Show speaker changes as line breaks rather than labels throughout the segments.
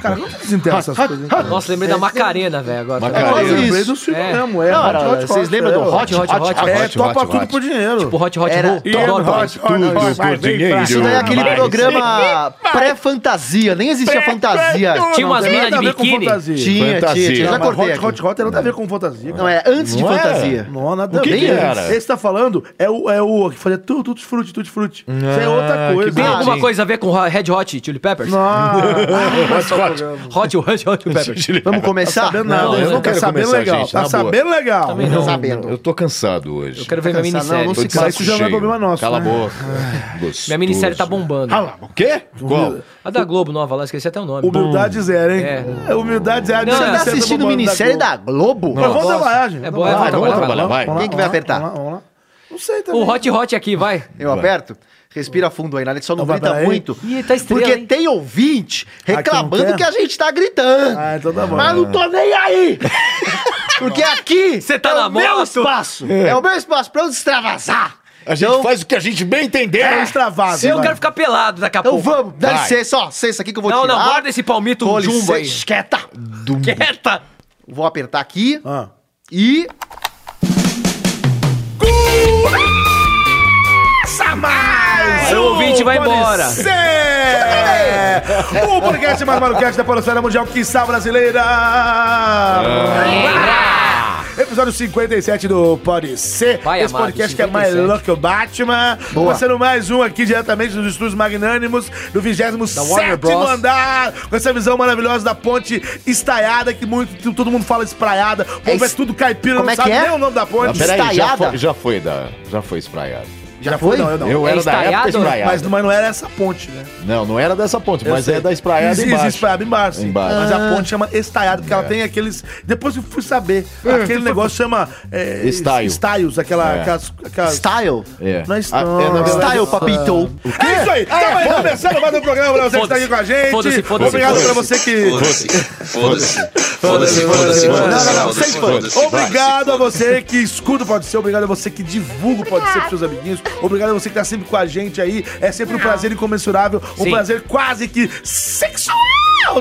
Cara, não desenterra essas coisas. hein, cara?
Nossa, lembrei da Macarena, velho, agora.
Eu
Macarena.
lembrei
Isso.
do filme
É.
mesmo, é.
Não,
Hot, Hot,
vocês
Hot,
lembram
é,
do Hot, Hot, Hot, Hot?
É,
Hot,
topa
Hot,
tudo
Hot.
por dinheiro.
Tipo Hot Hot
Era-
Roll.
Ian
Hot Hot.
Vai, vem pra- Isso daí é aquele
Vai,
programa pré-fantasia, nem existia fantasia.
Tinha umas
Não tem
minas
nada
de
a ver com
biquíni.
fantasia.
Tinha, tinha,
Fantasia.
tinha.
Não,
Já
mas
cortei
Hot,
aqui.
Hot, Hot, era nada a ver com fantasia.
Não,
cara.
é antes de
Não era?
fantasia.
Não, nada a
O que
ver.
que era?
Esse tá falando é o, é o que fazia tu- tutti frutti, tutti frutti. Isso é outra
que
coisa.
Tem
Ah,
alguma
gente.
coisa a ver com Red Hot Chili Peppers?
é
Hot Hot Hot Peppers.
Vamos começar?
sabendo
Não,
nada.
eu
Eu
não
não tá
quero
sabendo
começar,
legal.
gente,
Tá
na boa.
sabendo legal.
Não, tá sabendo.
Eu tô cansado hoje.
Eu quero ver minha
Cansado, não, tá
minissérie.
não
Tô
se
de
cansa,
saco
isso já não é
cheio.
problema nosso,
Cala
né?
a boca. Gostoso.
Minha minissérie tá bombando.
Cala a boca. O quê? Qual?
A da Globo nova lá, esqueci até o nome.
Humildade zero, hein?
É.
É. Humildade zero.
Não,
Você
Tá
é.
assistindo minissérie da Globo?
Mas vamos
Gosto.
trabalhar, gente.
É bom, é bom
Vamos
trabalhar,
lá,
vai,
vamos lá,
vai.
vamos lá,
Quem que vai
vamos lá,
apertar?
Vamos lá, vamos lá. Não sei também.
O Hot Hot aqui, vai.
Eu aperto? Respira fundo aí, na ele só não
Então vai
grita
pra aí.
muito.
Ih, tá estrela,
porque
hein?
tem ouvinte
Aqui não
reclamando
quer?
que a gente tá gritando.
Ah, então tá bom.
Mas não tô nem aí! Porque aqui
Você tá
é
na
o meu
moto?
espaço. É. o meu espaço pra eu extravasar.
A gente
Então-
faz o que a gente bem entender.
É extravado.
Eu quero ficar pelado daqui a
Então
um pouco.
vamos, dá
Vai.
licença, ó, licença aqui que eu vou
Não,
tirar.
não, guarda esse palmito
Dou
jumbo aí.
licença, quieta.
Quieta.
Vou apertar aqui
Ah.
e...
mais!
Seu ouvinte vai
Pode
embora.
ser! o podcast mais malucast da Polosfera Mundial que brasileira! Episódio 57 do Pode Ser.
Vai,
Esse
amado,
podcast que é mais
57.
louco que o Batman.
Boa.
Começando mais um aqui diretamente dos estúdios magnânimos do 27
Bros.
andar. Com essa visão maravilhosa da ponte estaiada, que muito, todo mundo fala espraiada. O povo é,
es-
tudo caipira,
Como
não
é que
sabe
é?
nem o nome da
Ah,
ponte.
peraí, já
Estaiada.
foi, já foi da, já foi espraiado.
Já, foi?
Não, eu não.
Eu
É
era da época
estaiado?
espraiada.
Mas, mas não era essa ponte, né?
Não, não era dessa ponte, mas é da espraiada
Existe
embaixo.
espraiada embaixo, sim.
Embaixo. É.
Mas a ponte chama estaiada, porque ela tem aqueles... Depois eu fui saber. Aquele negócio chama... É,
Estaio.
Estaios, aquela,
É.
aquelas... aquelas-
Style.
É.
Não é
Ah,
estão.
na verdade-
Style, papito.
É isso aí! Tá aí, começando mais um programa pra você que está aqui com a gente.
Foda-se, foda-se,
Obrigado
foda-se.
pra você que...
Foda-se, foda-se, foda-se, foda-se, foda-se, foda-se.
Obrigado a você que escuta o Pode Ser, obrigado a você que divulga o Pode Ser pros seus amiguinhos, obrigado a você que tá sempre com a gente aí. É sempre um prazer incomensurável, um
Sim.
prazer quase que sexual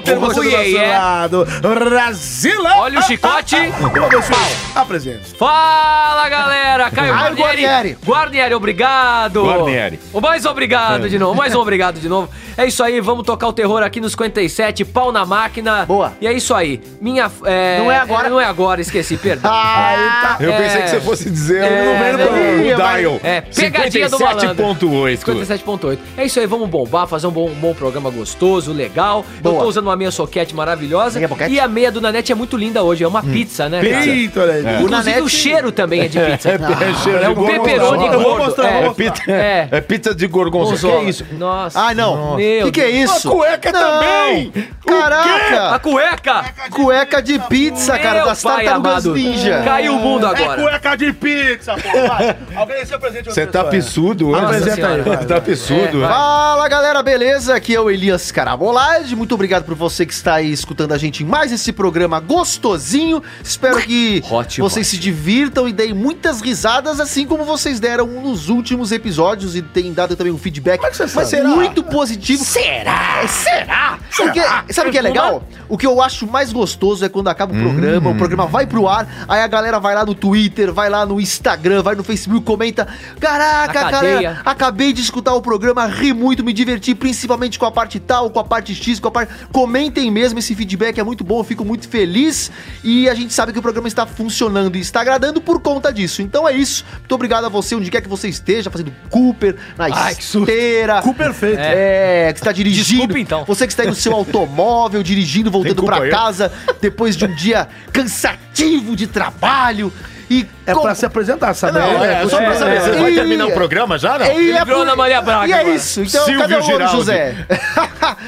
ter
Oh,
você do
yeah,
nosso
yeah.
lado. Razila!
Olha o chicote.
E vamos ver se eu apresento.
Fala, galera. Caio
Caio
Guarnieri.
Guarnieri.
Guarnieri, obrigado.
Guarnieri.
O mais obrigado de novo. Mais um obrigado de novo. É isso aí. Vamos tocar o terror aqui nos 57. Pau na máquina.
Boa.
E é isso aí. Minha...
Não é agora.
Não é agora. Esqueci, perdão.
Ah,
Eu
É.
pensei que você fosse dizer
É,
o número
é,
do dial.
É, pegadinha do malandro.
57.8.
57.8. É isso aí, vamos bombar, fazer um bom, um bom programa gostoso, legal. Eu
Boa.
tô usando uma meia soquete maravilhosa.
Meia boquete? Hum. É.
e a meia do Nanete é muito linda hoje, é uma pizza, né? cara?
Eita, olha aí.
o
Inclusive o
Nanete-
cheiro também é de pizza.
É, cheiro
É
de
um
gorgonzola.
pepperoni
Eu vou
gordo.
mostrar, eu
é.
vou
É
mostrar.
pizza,
É.
é. pizza de gorgonzola.
Gorgonzola.
Que isso?
Nossa.
Ai, não. O
Meu
que, que é
Uma
isso?
cueca também!
A
Caraca!
cueca!
Cueca de pizza, cara,
Meu
das
pai
tartarugas
amado.
ninja.
Caiu o mundo
É
agora.
cueca de pizza, pô. Vai. Alguém se apresente
Você tá
pessoa.
pissudo hoje?
Nossa
Apresenta aí.
senhora.
vai,
Tá
vai.
pissudo.
É,
Fala galera, beleza? Aqui é o Elias Carabolade. Muito obrigado por você que está aí escutando a gente em mais esse programa gostosinho. Espero que
Hot,
vocês se divirtam e deem muitas risadas, assim como vocês deram nos últimos episódios e têm dado também um feedback
Mas você sabe?
muito positivo. É, Será? Será? Porque, sabe o que é legal? O que eu acho mais gostoso é quando acaba o programa, o programa vai pro ar, aí a galera vai lá no Twitter, vai lá no Instagram, vai no Facebook, comenta: Caraca,
Na
galera,
cadeia.
Acabei de escutar o programa, ri muito, me diverti, principalmente com a parte tal, com a parte X, com a parte. Comentem mesmo, esse feedback é muito bom, eu fico muito feliz. E a gente sabe que o programa está funcionando e está agradando por conta disso. Então é isso. Muito obrigado a você, onde quer que você esteja, fazendo Cooper, na
Ai, que susto.
esteira.
Cu perfeito.
É, que está dirigindo.
Desculpa, então.
Você que está aí no seu automóvel, dirigindo, voltando
culpa
para
eu?
casa, depois de um dia cansativo de trabalho. E
É
com-
pra se apresentar, sabe?
Não,
É,
é, só pra saber, você vai terminar o programa já, não?
E
Ele virou Ana Maria Braga
é E é
agora.
isso. Então,
Silvio
cadê o ouro,
Giraldi.
José?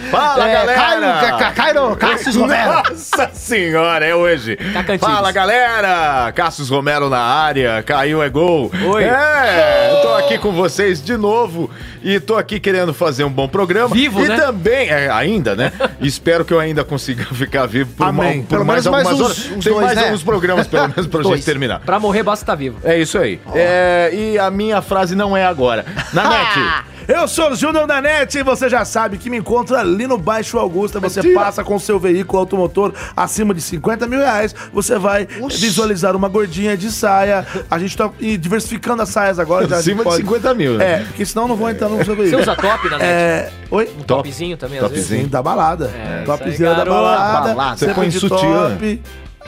Fala, galera!
Cairo, Ca- Cairo, Cassius Romero.
Nossa senhora, é hoje.
Cacantinhos.
Fala, galera! Cassius Romero na área, caiu é gol.
Oi.
É, tô aqui com vocês de novo e tô aqui querendo fazer um bom programa.
Vivo,
e
né?
também, é, ainda, né? Espero que eu ainda consiga ficar vivo por,
Amém.
uma- por
Pelo
mais
menos mais
algumas
uns-
horas.
uns
Tem
dois,
mais
né?
alguns programas, pelo menos, pra gente
Dois.
termiça.
Pra morrer, basta estar vivo.
É isso aí. É, e a minha frase não é agora. Na net.
Eu sou o Júnior da NET e você já sabe que me encontra ali no Baixo Augusta. Você passa com seu veículo automotor acima de 50 mil reais. Você vai
Oxi.
visualizar uma gordinha de saia. A gente tá e diversificando as saias agora. já a gente
Acima de 50 mil, né?
É, porque senão eu não vou entrar no seu
Você
veículo.
usa top na net?
É, oi?
Top.
Topzinho também, às
Topzinho.
vezes?
Sim, da balada.
É, isso
Topzinha
aí,
da
garoto.
balada.
Balada.
Você
sempre
põe
de
sutiã.
top.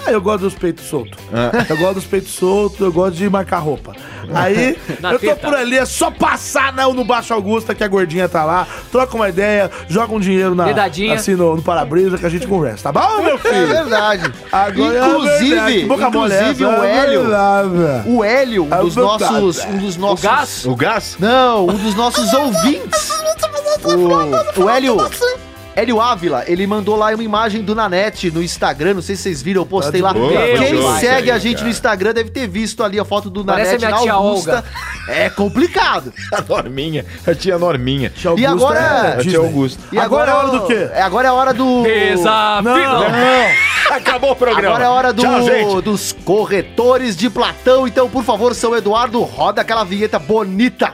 Ah, eu gosto dos peitos soltos. Eu gosto dos peitos soltos, eu gosto de marcar roupa. Aí,
Na
eu tô
teta.
por ali, é só passar na, no Baixo Augusta, que a gordinha tá lá, troca uma ideia, joga um dinheiro na,
Dedadinha.
assim, no, no para-brisa que a gente conversa, tá bom, meu
É
filho?
verdade.
Agora é verdade.
inclusive,
Que boca mole é
inclusive
essa?
o
É
Hélio,
verdade.
o Hélio, um
É
dos
verdade.
nossos, um dos
O
nossos
gás?
O gás?
Não, um dos nossos ouvintes. O, o Hélio. Hélio Ávila, ele mandou lá uma imagem do Nanete no Instagram, não sei se vocês viram, eu postei
Tá
lá.
de boa,
tá de
Quem
boa
segue
isso aí,
a gente
cara.
no Instagram deve ter visto ali a foto do
Parece
Nanete
a
na
minha tia
Augusta. É complicado.
A Norminha. A tia Norminha.
Tia Augusta
agora-
é
A tia
Disney.
Augusta.
E
Agora é hora do quê?
É, agora é a hora do...
Desafio!
Acabou o programa.
Agora é a hora do-
Tchau, gente.
dos corretores de Platão. Então, por favor, São Eduardo, roda aquela vinheta bonita.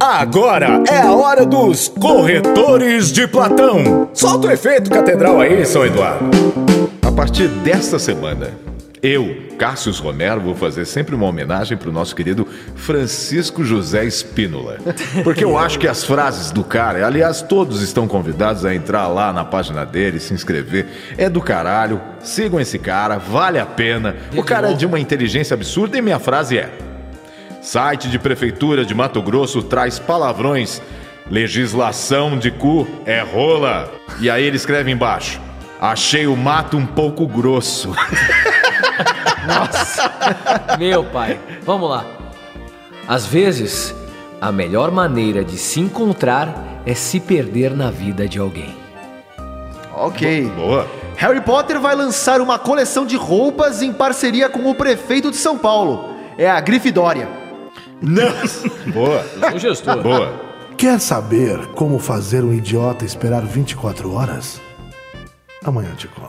Agora é a hora dos corretores de Platão. Solta o efeito catedral aí, São Eduardo. A partir desta semana, eu, Cássius Romero, vou fazer sempre uma homenagem pro nosso querido Francisco José Espínola. Porque eu acho que as frases do cara, aliás, todos estão convidados a entrar lá na página dele, se inscrever. É do caralho. Sigam esse cara, vale a pena. O cara é de uma inteligência absurda e minha frase é: Site de Prefeitura de Mato Grosso traz palavrões. Legislação de cu é rola. E aí ele escreve embaixo. Achei o mato um pouco grosso.
Meu pai, vamos lá. Às vezes, a melhor maneira de se encontrar é se perder na vida de alguém.
Ok.
Boa.
Harry Potter vai lançar uma coleção de roupas em parceria com o prefeito de São Paulo. É a Grifidória.
Boa.
O gestor.
Boa.
Quer saber como fazer um idiota esperar 24 horas? Amanhã eu te conto.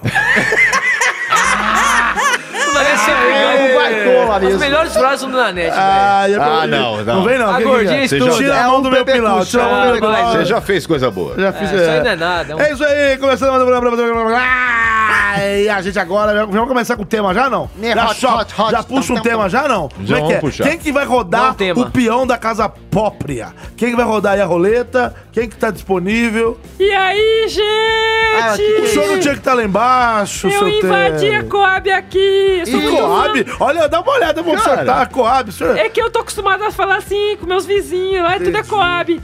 Parece ser
É um
brigando.
baitola
As
mesmo.
melhores frases do Nanete, velho.
Ah, eu-
Ah, não, não.
Não vem não.
A
que-
gordinha
que-
estuda.
Tira a
É
mão
um
do meu
Pepe
pilau.
Cuxa.
Tira a mão do meu
Ah,
pilau.
vai,
Você já fez coisa boa.
Já fiz.
É, isso aí não é nada, é um-
É isso aí, começando mais um programa. blá, blá, blá, blá, blá. E a gente agora, já- vamos começar com o tema já não?
Né,
já
hot,
só-
hot, hot,
já puxa um
tam, tam,
tema
tam.
já não? Como é
Já
que
vamos
é?
puxar.
Quem que vai
Dá um
rodar
tema.
o peão da casa própria? Quem que vai rodar aí a roleta? Quem que tá disponível?
E aí, gente?
Ah, que
O
que é
senhor não
isso?
tinha que estar lá embaixo,
eu
seu
invadi
Telo.
a Coab aqui. Eu sou
E
muito fã.
Coab? Olha, dá uma olhada, vamos
Cara.
sentar a Ah, Coab, senhor.
É que eu tô acostumado a falar assim com meus vizinhos. Ai, tudo é Coab.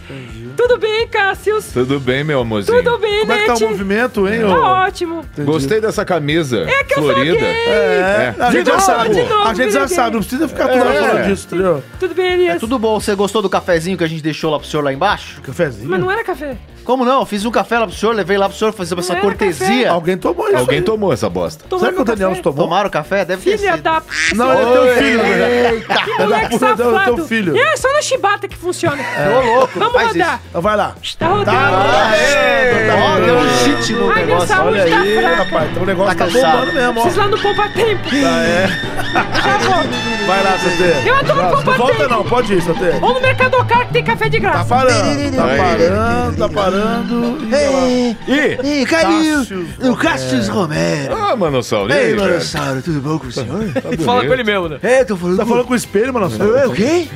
Tudo bem, Cássius?
Tudo bem, meu amorzinho.
Tudo bem,
Como é que tá o
Nete?
movimento, hein?
Tá
ô?
ótimo.
Gostei dessa camisa. É
que eu
florida.
joguei.
É,
É.
a gente
De
já
novo,
sabe.
de
novo,
A gente já
Felipe.
sabe, não precisa ficar toda hora
É.
falando disso, entendeu?
Tudo bem,
É
Elias?
É Tudo bom, você gostou do cafezinho que a gente deixou lá pro senhor lá embaixo?
Cafezinho.
Mas não era café.
Como não? Fiz um café lá pro senhor, levei lá pro senhor fazer essa
era é.
cortesia.
Alguém tomou isso.
Alguém
aí.
tomou essa bosta.
Será que o Daniel
café.
tomou?
Tomaram café? Deve ter
Filha
sido.
da...
Não, ele é teu filho, né?
Eita!
Moleque
puta,
safado.
não, é teu filho. É.
É, só na chibata que funciona.
Ô, louco,
Vamos
faz
rodar.
isso.
Então vai lá.
Tá rodando.
Aê,
Ó, deu um cheat no
Ai, minha
negócio.
saúde
Olha aí.
tá fraca.
rapaz. Então o negócio
Tá
tá,
cansado.
bombando mesmo,
Vocês
ó. Tá.
lá no Poupa Tempo. Já vou.
Vai lá, Santê.
Eu adoro
Não,
combater.
Não volta não, pode ir, Santê.
Ou no Mercadocar que tem café de
Tá
graça.
parando, tá
Aí.
parando, tá parando. Ih, olha lá.
Ih!
Ei, Caio,
Cássius
o Cássio Romero.
Ah, Manossauro. e aí,
Ei,
cara?
Manossauro, tudo bom com o senhor?
Tá
Fala com
bonito.
ele mesmo, né?
É, tô falando
Tá falando com o espelho, mano?
É o quê?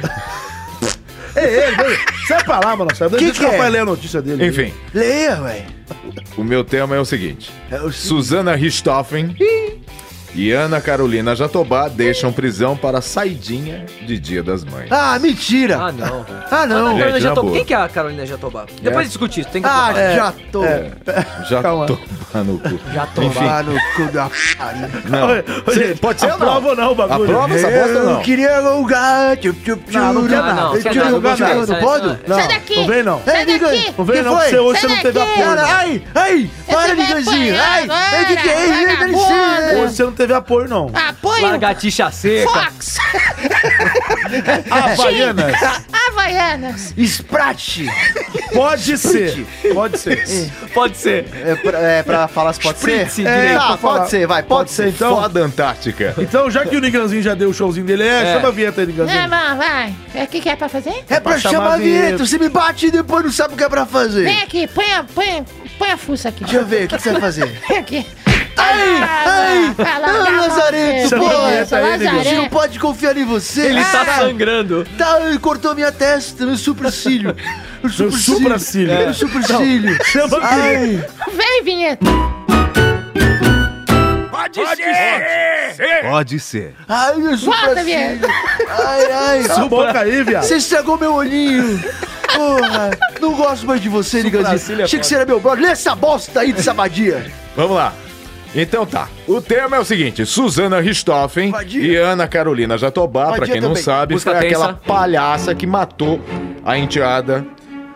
Ei, ei, ei. Sai pra lá, mano. Deixa
Que
o
que é?
rapaz ler a notícia dele.
Enfim,
Leia, ué.
o meu tema é o seguinte.
É o
Suzana Richthofen e Ana Carolina Jatobá deixam prisão para saidinha de Dia das Mães.
Ah, mentira!
Ah, não.
Ah, não!
Ana Carolina
na
Jatobá.
É.
boa.
Ah,
Quem que é a Carolina Jatobá? Depois de discutir, tem que
Ah,
falar.
já tô!
Jatobá. no cu.
Já tô
Enfim,
Tomar Ah, no cu da pariu.
não. Cê- pode
Ah,
ser ou não?
Aprova ou não o bagulho?
Aprova essa bosta ou não?
queria alongar. Tchup, tchup,
Não, não
tchup.
quer
Ah,
nada.
não,
Ele
quer
tira
nada,
o lugar
não
nada.
quer
Não
nada.
pode?
Sai daqui!
Não vem não.
Sai
Ei, Nigan,
daqui!
Não vem
Que
não,
foi?
porque hoje você
Sai
não teve
daqui.
apoio.
Cara, ai, ai, para,
vai
Niganzinho.
apanhar
Ai, ai, o que que é isso? Ai,
agora,
Niganzinho.
Hoje você não teve apoio, não.
um
Apoio!
Lagartixa seca. Ah,
Fox!
Havaianas,
Havaianas!
Sprite.
pode ser. Pode ser.
Pode ser.
É pra, é pra falar se pode ser?
Spritz,
É,
direito
tá,
pra falar.
pode ser, vai, pode,
Pode ser,
ser.
então.
Foda Antártica.
Então, já que o Niganzinho já deu o showzinho dele, é,
É.
chama a vinheta aí, Niganzinho.
Não, não, Tá vai! O que, que é pra fazer?
É pra chamar a vinheta, você me bate e depois não sabe o que é pra fazer.
Vem aqui, põe a, põe, põe a fuça aqui.
Deixa eu ver, o que que você vai fazer?
Vem aqui.
Ai, ai,
vai lá,
ai,
dá uma-
Lazareto,
Essa
pô,
vinheta aí, Nigan.
A gente não pode confiar em você.
Ele tá
Ah,
sangrando.
Tá, ele cortou minha testa, meu supercílio. Meu
supracílio.
Meu supercílio.
Chama a vinheta.
Ai,
Vem, vinheta.
Pode ser.
ai, meu
Volta,
supercílio.
vinheta.
Ai, ai.
Sua boca aí, viado.
Você estragou meu olhinho. Porra, não gosto mais de você, Niganzinho. Achei que você era meu brother. Lê essa bosta aí de sabadia.
Vamos lá. Então tá. O tema é o seguinte: Suzana Richthofen
Vadia.
e Ana Carolina Jatobá,
Vadia
pra quem não
também.
sabe,
Busca
foi
tensa.
aquela palhaça que matou a enteada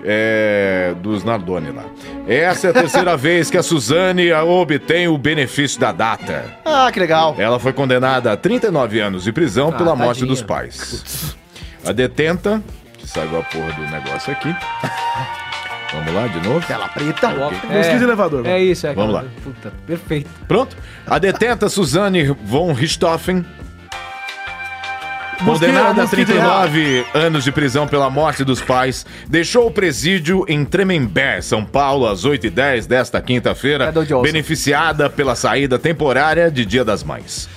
é, dos Nardoni lá. Essa é a terceira vez que a Suzane obtém o benefício da data.
Ah, que legal.
Ela foi condenada a 39 anos de prisão
Ah,
pela morte
tadinha.
dos pais. A detenta, que saiu a porra do negócio aqui. Vamos lá de novo.
Tela
É.
preta.
Música de elevador.
É isso, é.
Vamos
cara.
lá.
Puta, perfeito.
Pronto. A detenta Suzane von Richthofen, condenada a
música de-
39 anos de prisão pela morte dos pais, deixou o presídio em Tremembé, São Paulo, às 8h10 desta quinta-feira,
Cadê o Johnson?
beneficiada pela saída temporária de Dia das Mães.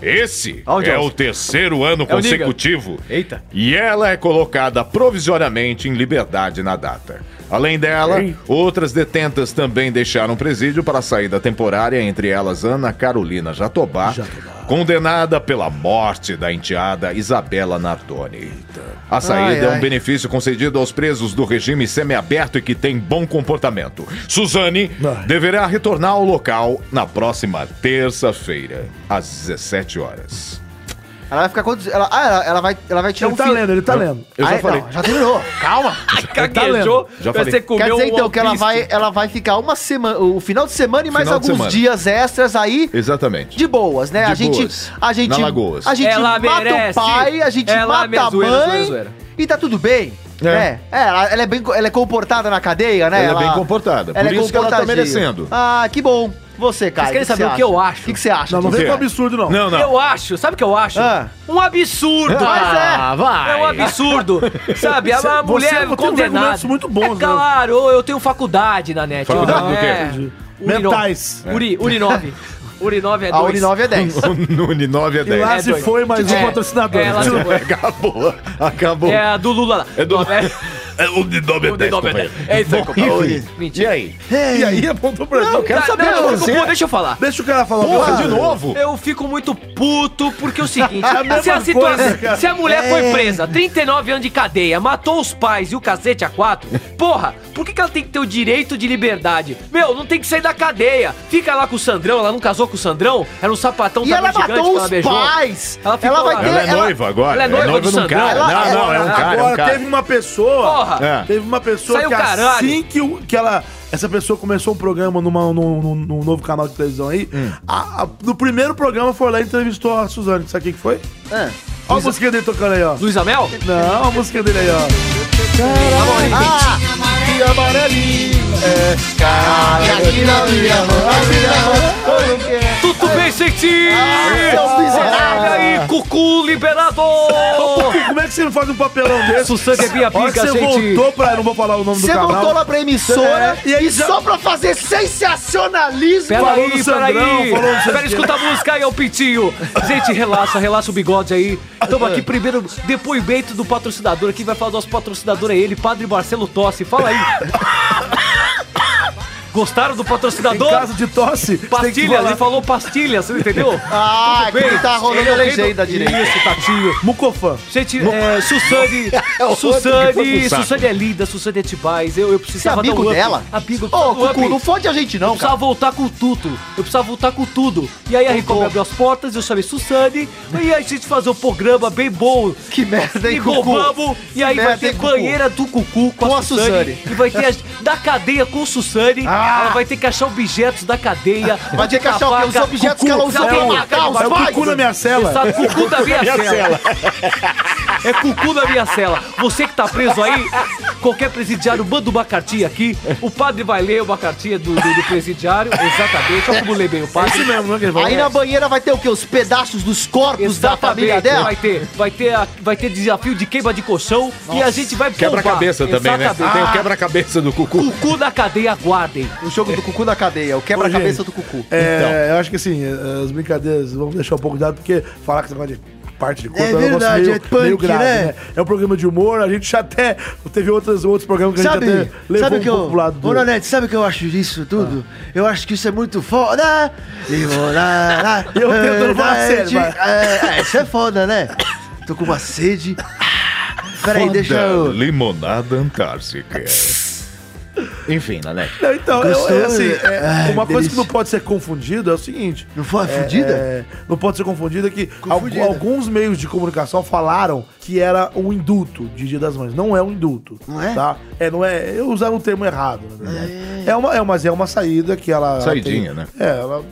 Esse
Ó o
é
Johnson.
o terceiro ano
É o Niga.
consecutivo
Eita.
e ela é colocada provisoriamente em liberdade na data. Além dela, outras detentas também deixaram o presídio para a saída temporária, entre elas Ana Carolina Jatobá, condenada pela morte da enteada Isabela Nardoni. A
Ai,
saída é um
ai.
benefício concedido aos presos do regime semiaberto e que tem bom comportamento. Suzane
Ai.
deverá retornar ao local na próxima terça-feira, às 17 horas.
Ela vai ficar quantos. Ela, ah, ela, ela vai, ela vai tirar
Ele
um
tá
filho.
lendo, ele tá lendo.
Eu já
Ai,
falei.
não, já terminou. Calma.
Tá
Caguejou. Parece
Já falei.
que você comeu
Quer dizer
um
então que ela
alpiste.
vai, ela vai ficar uma semana, o final de semana e mais
Final de
alguns
semana.
dias extras aí
Exatamente.
de boas, né?
De
a gente
boas.
a gente
Na Lagoas.
a gente
Ela
mata
merece.
o pai, a gente
Ela me-
mata a
zoeira,
mãe
zoeira, zoeira.
e tá tudo bem. É. é, ela, ela é bem, co- ela é comportada na cadeia, né?
Ela é bem comportada, por isso que ela tá
comportadinha.
merecendo.
Ah, que bom. Você, cara.
querem saber o que eu acho?
O que, que você acha?
Não, não
Tutu?
vem
quê? Né?
com absurdo, não.
Não, não.
Eu acho, sabe o que eu acho?
Ah.
Um absurdo!
Mas
Ah.
é.
É um absurdo, sabe? A
Você- você-
mulher
eu tenho
condenada.
argumentos muito bons,
é
né?
claro, eu tenho faculdade na net. É.
Faculdade do quê? É.
Mentais.
Uri, Uri 9. Uri 9 é 2.
A Uri 9 é 10.
Nune 9 a
E
10.
lá
É
se
doido.
foi mais um
É.
patrocinador.
É, lá se foi.
Acabou. Acabou.
é a do Lula lá.
É do-
Nove
É o de 9
Uri 9 é 10. É isso aí, companheiro. Uri.
E
Mentira.
aí?
E aí apontou pra ele. Eu
Tá, não, eu fico- pô, deixa eu falar.
Deixa o cara falar
Porra,
uma
de
coisa.
novo?
Eu fico muito puto porque é o seguinte:
mesma
se, a situação-
coisa, cara.
se a mulher foi presa, 39 anos de cadeia, matou os pais e o cacete a quatro, porra, por que, que ela tem que ter o direito de liberdade? Meu, não tem que sair da cadeia. Fica lá com o Sandrão, ela não casou com o Sandrão, era um sapatão
E
tava
ela matou os pais.
Ela ficou lá.
vai ter.
Ela é noiva agora.
ela é noiva do
de um
Sandrão.
cara.
Ela-
não, não,
ela-
é um cara, é um
Agora,
cara.
teve uma pessoa.
Porra!
É.
Teve uma pessoa
Saiu
que
caralho.
assim que, o- que ela. Essa pessoa começou um programa numa, num, num- num novo canal de televisão aí.
Hum.
a- a- no primeiro programa foi lá e entrevistou a Suzane. Sabe quem que foi?
É.
Ah.
Olha a musiquinha dele tocando aí, ó.
Luiz Amel?
Não, a música dele aí, ó.
Ah, e amarelinho. É, cara, aqui na minha mão, aqui na mão, eu não quero.
Tudo bem, Senti?
seus
Olha
miseráveis.
aí, cucu liberado!
Como é que você não faz um papelão desse?
Sussante é minha
A hora que
pica,
você
gente.
voltou pra. eu Não vou falar o nome
Você
do canal.
voltou lá pra emissora
É,
e,
e aí já-
só pra fazer sensacionalismo.
Pera
Falou
aí, pera
do Sandrão,
aí.
falou do
Pera,
Sandrão.
escuta a música aí, é o Pitinho. Gente, relaxa, relaxa o bigode aí. Estamos aqui primeiro, depoimento do patrocinador. Quem vai falar do nosso patrocinador é ele, Padre Marcelo Tosse. Fala aí. Gostaram do
Em
patrocinador?
caso de tosse, você tem que
Pastilhas,
falar.
ele falou pastilhas, você entendeu?
Ah,
Tudo bem.
aqui tá rolando a
Ele é o rei
legenda
do-
direito.
Isso, Tatinho.
Mucofã.
Gente, é, Sussane,
É
outro que foi
Sussane,
pro saco.
Sussane é linda, Sussane é Tibais, eu, eu
Você é
precisava
amigo
dar um up.
dela?
Amigo,
um
Ô,
do up.
Cucu, não fode a gente não,
Eu precisava
cara.
voltar com tudo. Eu precisava voltar com tudo. E aí a Record me abriu as portas, eu chamei Sussane. E aí a gente fazer um programa bem bom.
Que merda,
E
hein, Cucu?
roubamos. E aí
Que
vai
merda,
ter
hein, Cucu?
banheira do Cucu com,
Com
a
a
Sussane.
Suzane.
E vai ter a- da cadeia com o Sussane. Ela vai ter que achar objetos da cadeia.
Ah! Vai ter que achar o quê? Os
faca,
objetos que ela usou
sabe,
pra
a
matar
faca de
Vai
os
barbeiro.
o
pais.
cucu na minha cela.
Exato, cucu da minha, cela. É cucu da minha cela. Você que tá preso aí, qualquer presidiário, manda uma cartinha aqui. O padre vai ler uma cartinha do, do, do presidiário. Exatamente, eu acumulei bem o padre.
Isso mesmo, não é que ele falou?
Aí na banheira vai ter o quê? Os pedaços dos corpos da família
Exatamente,
dela?
vai ter, vai ter, a- vai ter desafio de queima de colchão e a gente vai bombar.
Quebra-cabeça também, né?
Exatamente. Ah,
Tem o quebra-cabeça do Cucu.
Cucu da cadeia, aguardem.
O jogo do Cucu na cadeia, o
Ô,
quebra-cabeça
gente,
do Cucu. Então,
É, eu acho que assim, as brincadeiras, vamos deixar um pouco de lado, porque falar que você negócio de parte de corpo um negócio
verdade, é punk, né?
É um programa de humor, a gente já até teve outros, outros programas que a gente até levou um pouco pro lado do... Ah.
Ô, Nanete, sabe o que eu acho disso tudo? Eu acho que isso é muito foda. E morar.
Eu tentando falar sério, vai.
é, é, Isso é foda, né? Tô com uma sede.
Ah,
Peraí, deixa
Da
eu.
Limonada Antártica.
Enfim, Nanete.
Não, então, eu-
Gostou?
é assim, é,
Ai,
uma coisa que
delícia.
não pode ser confundida é o seguinte...
Não foi a
é,
fudida?
é, não pode ser confundida que
Confundida.
algu- alguns meios de comunicação falaram que era um indulto de Dia das Mães. Não é um indulto.
Não é?
Tá? É, não é. Eu usaram um termo errado, na verdade. É, uma, é, uma, é uma saída que ela. ela
Saidinha,
tem-
né?
É, ela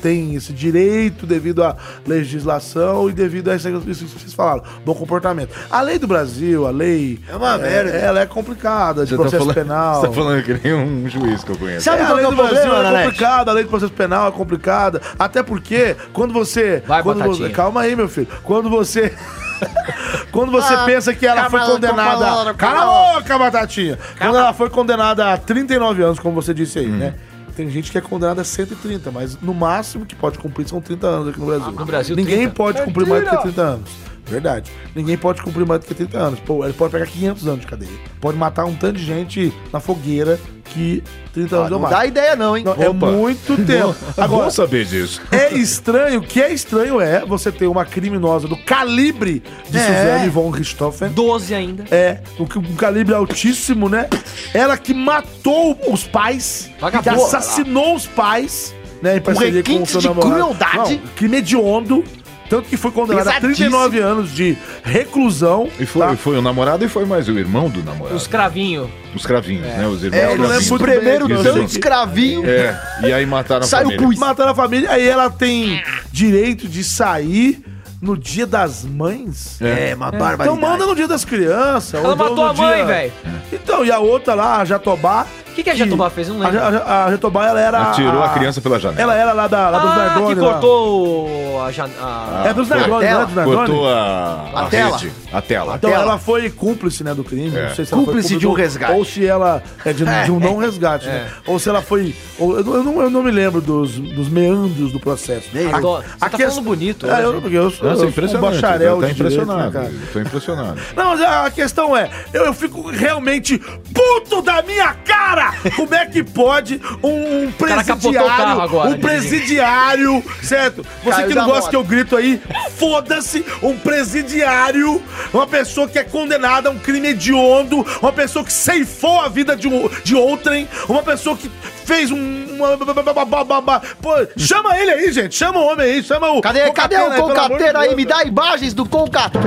tem esse direito devido à legislação e devido a isso isso que vocês falaram, bom comportamento. A lei do Brasil, a lei.
É uma merda.
Ela é complicada de
Você tá,
processo
falando,
penal.
você tá falando que nem um juiz que eu conheço.
Sabe
É, a
qual que
lei
é
do
o
Brasil
problema,
é
Nanete?
complicada, a lei do processo penal é complicada. Até porque, quando você.
Vai,
quando
Batatinha.
você- Calma aí, meu filho. Quando você. quando você
Ah,
pensa que ela foi
calma,
condenada.
calma,
Cala a boca, Batatinha! Quando ela foi condenada a 39 anos, como você disse aí, né? Tem gente que é condenada a 130, mas no máximo que pode cumprir são 30 anos aqui no Brasil.
no Brasil,
Ninguém
30.
pode cumprir mais do que 30 anos. Verdade. Ninguém pode cumprir mais do que 30 anos. Pô, ele pode pegar 500 anos de cadeia. Pode matar um tanto de gente na fogueira que 30 anos
Ah, Não
ou mais.
dá ideia não, hein?
Não, é
Opa.
muito tempo.
Agora,
Agora,
Bom saber disso.
é estranho, o que é estranho é você ter uma criminosa do calibre de
É.
Suzane von Richthofen.
12 ainda.
É, um, ca- um calibre altíssimo, né? Ela que matou os pais, que
Vagabunda.
assassinou os pais, né? Em parceria com o
Um requinte
seu
de
namorado.
crueldade.
Não, crime hediondo. Tanto que foi condenada a
Pesadíssimo.
39 anos de reclusão.
E foi,
tá?
foi o namorado e foi mais o irmão do namorado.
Os
Os,
cravinhos.
cravinhos, né? Os irmãos
É, eu não
cravinhos.
lembro muito bem
Primeiro
aqui,
tanto
gente.
escravinho.
É, e aí mataram a
Sai o
família.
cu.
Matando a família, aí ela tem direito de sair no dia das mães.
É, uma barbaridade.
Então manda no dia das crianças.
Ela
ou então
matou
no
a mãe,
dia-
velho.
Então, e a outra lá, a Jatobá.
O que, que a Jatobá fez? Eu não
A,
lembro.
Ja- a Jatobá, ela era.
Atirou a criança pela janela.
Ela era lá, da, lá dos
Ah,
Nardoni.
que
lá.
cortou a... jan- a-
É dos
Foi.
Nardoni, não é dos Nardoni?
Cortou a, a,
A tela.
rede, a tela.
Então
Ela-
ela foi cúmplice, né, do crime.
É.
Não sei se ela
Cúmplice
foi
de um resgate.
Ou se ela. É de, de um não resgate, né? Ou se ela foi. ou- eu, não, eu não me lembro dos, dos meandros do processo.
Adoro. Você tá
questão-
falando bonito,
É,
né,
eu,
gente?
porque eu sou, eu
Nossa,
sou
é
um
impressionante.
bacharel
eu tô
de direito, né,
impressionado.
cara?
eu tô impressionado.
Não, mas a questão é, eu, eu fico realmente puto da minha cara! Como é que pode um, um
cara capotou o carro
presidiário,
agora,
um
Didi.
presidiário, certo? Você
Caiu
que não
da
gosta
moto.
que eu grito aí, foda-se, um presidiário, uma pessoa que é condenada a um crime hediondo, uma pessoa que ceifou a vida de, um- de outrem, uma pessoa que fez um... uma- Pô, chama ele aí, gente, chama o homem aí, chama o...
Cadê, cadê o
Pelo amor de
Concateiro aí?
Deus,
Me dá imagens do Concateiro.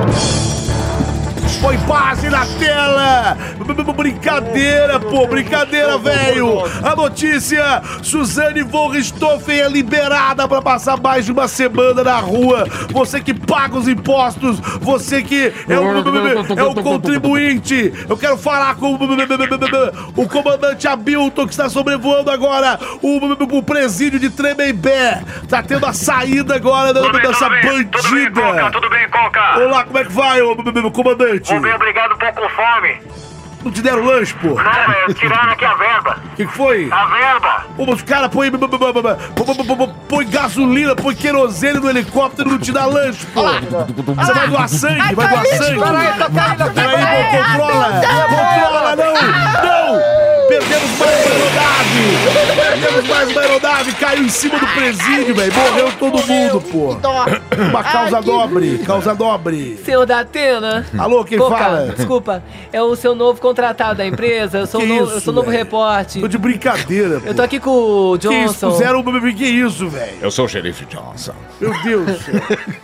Põe base na tela! B- b- b- Brincadeira, pô, brincadeira, velho! A notícia: Suzane von Richthofen é liberada pra passar mais de uma semana na rua. Você que paga os impostos, você que é o, é o contribuinte. Eu quero falar com o comandante Hamilton que está sobrevoando agora o, o presídio de Tremembé. Tá tendo a saída agora da, dessa bandida.
Tudo bem, Coca?
Olá, como é que vai, ô, b- b- comandante?
Bem, obrigado, tô com fome.
Não te deram lanche, pô?
Não, velho, tiraram aqui a verba.
O que que foi?
A verba.
Pô, mas os caras põem b- b- b- b- b- põe gasolina, põe querosene no helicóptero e não te dá lanche, pô. Você vai doar sangue, vai doar sangue. Peraí, pô, controla. Controla, não, não. Perdemos mais uma aeronave! Perdemos mais uma aeronave! Caiu em cima do presídio, velho! Morreu todo mundo, pô! Uma causa nobre! Causa nobre!
Seu da Atena.
Alô, quem fala?
Desculpa, é o seu novo contratado da empresa. Eu sou,
Que
novo, eu
isso,
sou novo
velho?
repórter.
Tô de brincadeira, pô!
Eu tô aqui com o
Que isso?
Johnson.
Puseram o bebê, que isso, velho?
Eu sou o xerife Johnson.
Meu Deus!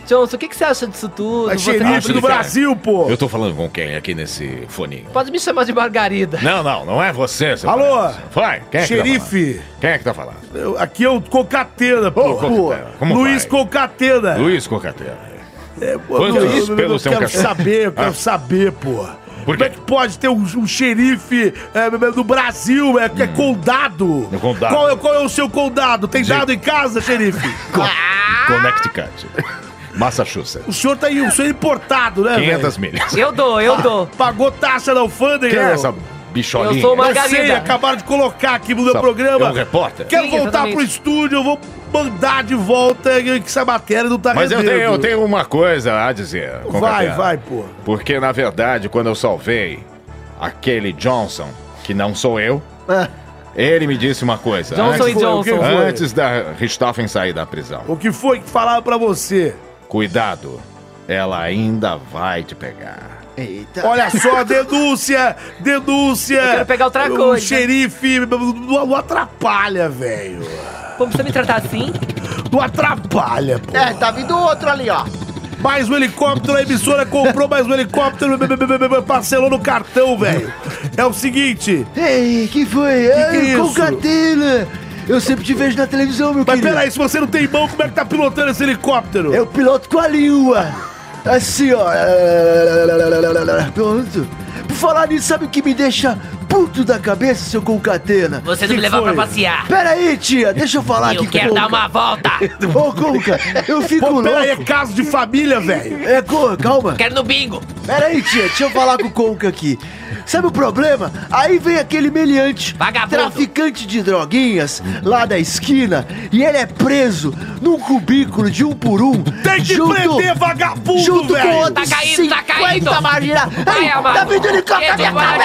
Johnson, o que, que você acha disso tudo?
Mas
Você-
xerife do Brasil, pô!
Eu tô falando com quem aqui nesse foninho?
Pode me chamar de Margarida.
Não, não, não é você, seu
Alô?
palhaço. Vai, quem é
Xerife.
que tá falando? Quem é que tá falando?
Eu- Aqui é o Cocatena, pô!
Cocatena, como
Luiz
vai?
Cocatena!
Luiz Cocatena.
É, pô,
Quanto
eu-
isso
eu-
pelo
eu
seu
quero
café?
saber, eu quero
Ah.
saber, pô.
Por
Como é que pode ter um, um xerife é, do Brasil, é, que é condado?
Hum. É condado.
Qual, é, qual é o seu condado? Tem dado em casa, xerife?
Ah! Connecticut. Massachusetts.
O senhor tá aí, o senhor é importado, né,
500
velho?
milhas.
Eu dou, eu dou.
Pagou taxa da alfândega,
Quem é
né?
essa bicholinha?
Eu sou uma-
Eu sei,
Margarida.
acabaram de colocar aqui no meu
Essa-
programa.
é um repórter?
Quero
Sim,
voltar
exatamente.
pro estúdio, eu vou mandar de volta que essa matéria não tá
Mas eu tenho,
rendendo.
eu tenho uma coisa a dizer.
Vai,
Concatena.
vai, pô.
Porque, na verdade, quando eu salvei aquele Johnson, que não sou eu, ele me disse uma coisa.
Johnson
antes,
e Johnson.
foi?
antes da Richthofen sair da prisão.
O que foi que falaram pra você?
Cuidado, ela ainda vai te pegar.
Eita.
Olha só, denúncia, denúncia. Eu
quero pegar outra
O
coisa.
xerife não- não não atrapalha, velho.
Como você me tratar assim?
Não atrapalha, pô.
É, tá vindo outro ali, ó.
Mais um helicóptero, a emissora comprou mais um helicóptero, b- b- b- b- b- parcelou no cartão, velho. É o seguinte,
Ei, que foi?
que é
Ai,
isso?
Concatena! Eu sempre te vejo na televisão, meu
mas
querido.
peraí, se você não tem mão, como é que tá pilotando esse helicóptero?
Eu piloto com a língua. Assim, ó. Pronto. Por falar nisso, sabe o que me deixa puto da cabeça, seu Concatena?
Você não me
levar
levar
pra
pra passear.
Pera aí, tia, deixa eu falar aqui
Eu quero
com o
dar
Conca.
uma volta.
Ô, Conca, eu fico
Pô, peraí, é
louco.
caso de família, velho.
É, Conca, calma.
Quero no bingo.
Pera aí, tia, deixa eu falar com o Conca aqui. Sabe o problema? Aí vem aquele meliante,
Vagabundo.
traficante de droguinhas, lá da esquina, e ele é preso num cubículo de um por um.
Tem que
junto-
prender vagabundo,
junto
velho.
com outros
Tá caindo, tá caindo.
50 marginais. Ai,
Amaro.
Tá vindo helicóptero na minha
Eduardo,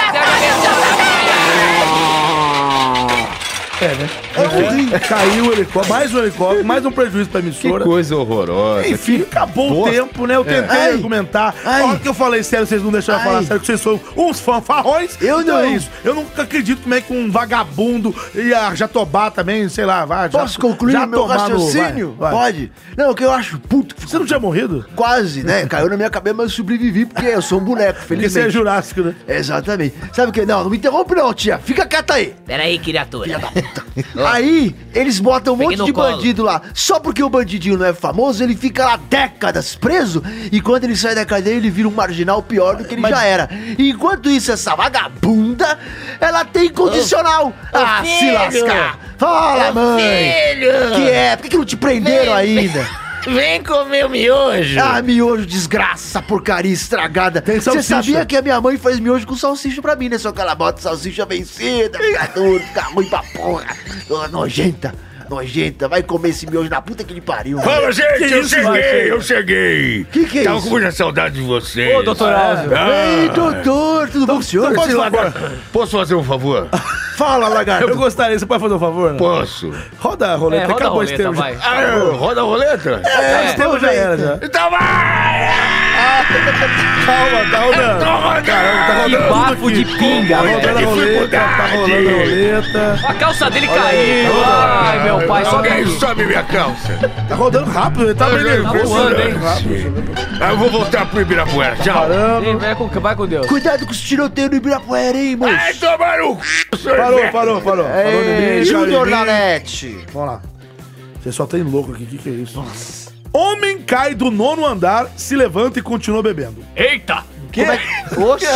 É, Caiu o helicóptero, mais um helicóptero, mais um prejuízo pra
Que
emissora.
coisa horrorosa.
Enfim, acabou o
bosta.
tempo, né? Eu tentei
É. Ai.
argumentar.
Ai.
A hora que eu falei sério, vocês não deixaram eu falar
Ai.
sério, que vocês são uns fanfarrões.
Eu
Então
não.
É isso. Eu nunca acredito como é que um vagabundo e a Jatobá também, sei lá, vai. já-
Posso concluir
já
meu
tomar no-
raciocínio?
vai, vai.
Pode. Não, o que eu acho puto.
Você não tinha morrido?
Quase, né? Caiu na minha cabeça, mas eu sobrevivi porque eu sou um boneco,
Porque você é
felizmente.
jurássico, né?
Exatamente. Sabe o que? Não, não me interrompe não, tia. Fica quieta aí.
Pera aí, criatura.
Aí, eles botam um
Peguei
monte
no
de
colo.
bandido lá. Só porque o bandidinho não é famoso, ele fica lá décadas preso. E quando ele sai da cadeia, ele vira um marginal pior do que ele já era. E enquanto isso, essa vagabunda, ela tem condicional. ah, se
filho.
lascar. Fala, mãe.
Filho,
Que é? Por que, que não te prenderam ainda?
vem comer o miojo.
Ah, miojo, desgraça, porcaria estragada. Você
salsicha.
sabia que a minha mãe faz miojo com salsicha pra mim, né? Só que ela bota salsicha vencida, fica duro, fica ruim pra porra. Ô, Nojenta, nojenta. Vai comer esse miojo na puta que ele pariu.
Fala, gente,
Que
eu
isso,
cheguei,
Marcelo?
eu cheguei.
Que que é
Tava
isso?
com muita saudade de vocês. Ah,
Ô, doutor Alves.
Ei, doutor, tudo bom com o senhor?
então,
Posso,
Sei lá,
agora- posso fazer um favor?
Fala, lagarto.
Eu gostaria, você pode fazer um favor? Né?
Posso.
Roda a
É,
roleta,
roda a
acabou esse
roleta,
tempo. É,
vai.
já.
Ah, roda a roleta.
Esse tempo já era, já.
Então vai! Então
Calma, tá
É,
rodando.
Tô rodando.
Que bafo de pinga.
Tá rodando a roleta, tá rolando a roleta.
É, A calça dele caiu. Ai, meu pai, sobe
Alguém
aqui.
sobe minha calça.
Tá rodando rápido, ele tá bem
Tá
nervoso.
voando, hein?
Ah, Eu vou voltar pro Ibirapuera, tchau.
Ei, vai com, vai com Deus.
Cuidado com os tiroteios no Ibirapuera, hein,
Vai
moço?
tomar no c... seu
Parou,
inferno.
parou, parou. Parou de mim, tchau de
Júnior
mim.
Nanete.
Vamos lá. Você só tem louco aqui, o que, que é isso? Homem cai do nono andar, se levanta e continua bebendo.
Eita!
Como é que- Oxe.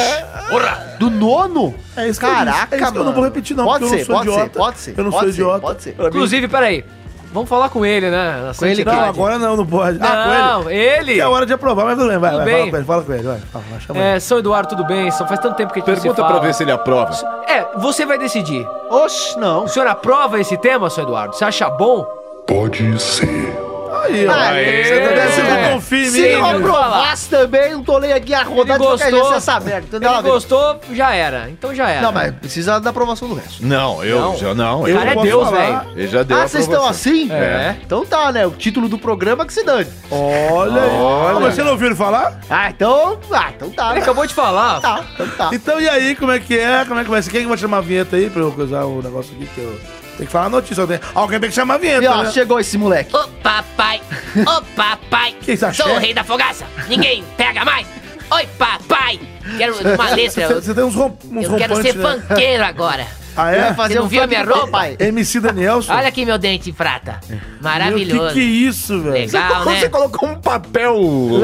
Do nono?
É isso
Caraca,
que eu disse. É isso que eu não
mano.
vou repetir, não,
Pode
porque
ser,
eu não
pode
sou
ser,
idiota.
pode ser,
Eu não
pode
sou
ser,
idiota.
pode ser.
Pra mim-
Inclusive, peraí. Vamos falar com ele, né? Com
não, agora não, não pode. Ah,
Não, ele.
Que é hora de aprovar, mas tudo bem, vai,
Tudo
vai,
bem.
fala com ele, fala com ele, vai. Fala, vai, chama ele.
É, São Eduardo, tudo bem? São, faz tanto tempo que a gente não se
Pergunta
fala.
pra ver se ele aprova.
É, você vai decidir.
Oxe, não.
O senhor aprova esse tema, São Eduardo? Você acha bom?
Aí, ó.
Aê. É,
Você tá dessa, não confia em mim.
Sim,
não.
eu vou falar.
gostasse também, não tô lendo aqui a rodada de qualquer jeito, essa merda. Não tem nada a
ele
ver.
gostou, já era. Então já era.
Não, mas precisa da aprovação do resto.
Não, eu
Não.
já não.
Cara,
eu
é
não posso
Deus,
falar.
velho.
Ele já deu
ah, vocês estão
aprovação.
assim?
É.
Então tá, né? O título do programa que se dane. Olha
aí. Olha. Ah, mas você não ouviu ele falar?
Ah, então. Ah, então tá.
Ele
acabou de falar.
Tá, então tá.
Então e aí, como é que é? Como é que vai ser? Quem que vai chamar a vinheta aí pra eu coisar o negócio aqui que eu... Tem que falar a notícia. alguém- Alguém tem que chamar a vinheta,
E ó,
né?
chegou esse moleque.
Ô papai, ô papai,
Que isso,
sou
axé?
o rei da fogaça, ninguém pega mais. Oi papai, quero uma letra,
Você- Você tem uns, romp, uns
eu quero
rompantes,
ser
né?
funkeiro agora.
Ah, é?
Você
um
não viu a minha roupa?
MC Danielson.
Olha aqui meu dente prata, maravilhoso.
Meu, que que é isso, velho?
Legal,
Você-
né?
você
colocou um papel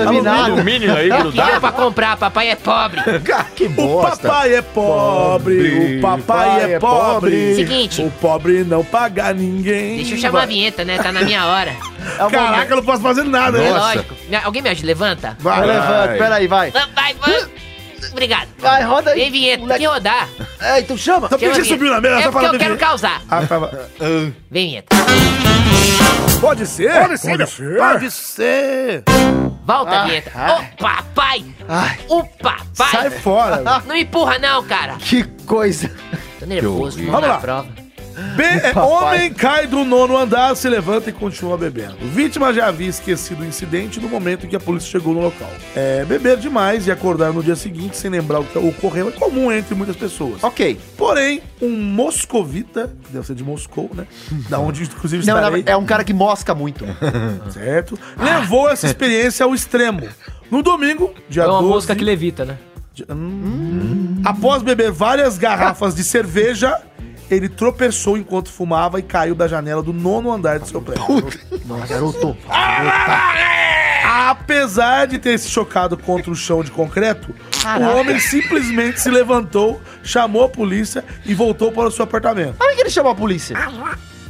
é
Laminado.
alumínio aí
Que dá
grudado.
pra comprar, papai é pobre.
que
O papai é pobre, o papai é, pobre.
Seguinte.
O pobre não paga ninguém.
Deixa eu chamar a vinheta, né? Tá na minha hora.
Caraca, eu não posso fazer nada,
É
né?
lógico. Alguém me ajuda, levanta.
Vai, levanta, peraí,
vai.
Vai, vai. Obrigado.
Vai, roda aí.
Tem vinheta, tem que rodar.
É, então chama.
Tem uma vinheta. É porque eu quero causar.
Ah, tava.
Vem, vinheta.
Pode ser?
Pode ser, meu.
Pode ser.
Volta,
Ah,
vinheta. Ô, papai! O papai!
Sai fora.
Não empurra, não, cara.
Que coisa.
Tô nervoso,
Que horrível.
não
Vamos
dá
lá.
prova.
Be- é,
Papai.
homem cai do nono andar, se levanta e continua bebendo. Vítima já havia esquecido o incidente no momento em que a polícia chegou no local. É, beber demais e acordar no dia seguinte sem lembrar o que ocorreu é comum entre muitas pessoas.
Ok.
Porém, um moscovita, que deve ser de Moscou, né? Da onde inclusive
Não,
estarei,
não, é um cara que mosca muito.
certo? Levou essa experiência ao extremo. No domingo, dia
É uma
12...
mosca que levita, né?
Di- Hum. Após beber várias garrafas de cerveja, ele tropeçou enquanto fumava e caiu da janela do nono andar do seu prédio.
Nossa, garoto.
Apesar de ter se chocado contra o chão de concreto,
Caraca.
o homem simplesmente se levantou, chamou a polícia e voltou para o seu apartamento.
Como é que ele chamou a polícia?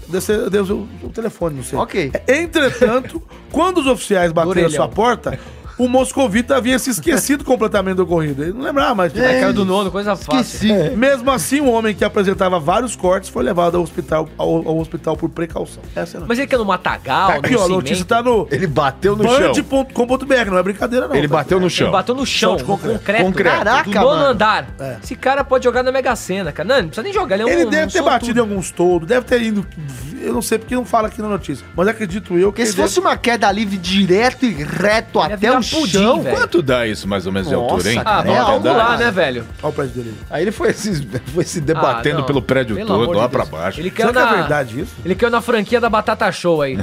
Deve ser- deve ser o, o telefone, não sei. Ok. Entretanto, quando os oficiais bateram a
Orelhão.
sua porta, o moscovita havia se esquecido completamente do ocorrido. Ele não lembrava mais.
É, caiu do nono, coisa fácil. Esqueci.
É. Mesmo assim, o homem que apresentava vários cortes foi levado ao hospital, ao, ao hospital por precaução. Essa é a
Mas ele quer no matagal,
Tá aqui,
no
ó, a
cimento?
notícia tá no.
Ele bateu
no chão.
Band.com.br, não é brincadeira, não.
Ele
tá
bateu
aqui,
no
né?
chão. Ele bateu no chão,
de
no concreto.
Caraca,
do nono
mano.
andar. Esse cara pode jogar na Mega Sena, cara. Não, não precisa nem jogar, ele é um
É. Ele
um
deve ter
sortudo.
batido em alguns todos, deve ter ido. Eu não sei porque não fala aqui na notícia, mas acredito eu que.
Porque se fosse uma queda livre direto e reto até o chão.
Um Quanto dá isso, mais ou menos, de
Nossa,
altura, hein?
cara,
Nono
é algo
andar?
lá,
Ah, né, velho?
Olha o prédio dele.
Aí ele foi se, foi se debatendo
Ah,
Ah,
não.
pelo prédio
Pelo
todo,
amor
lá
de
pra
Deus.
baixo.
Ele caiu
Será
na...
que é verdade?
isso?
Ele caiu na franquia da Batata Show aí.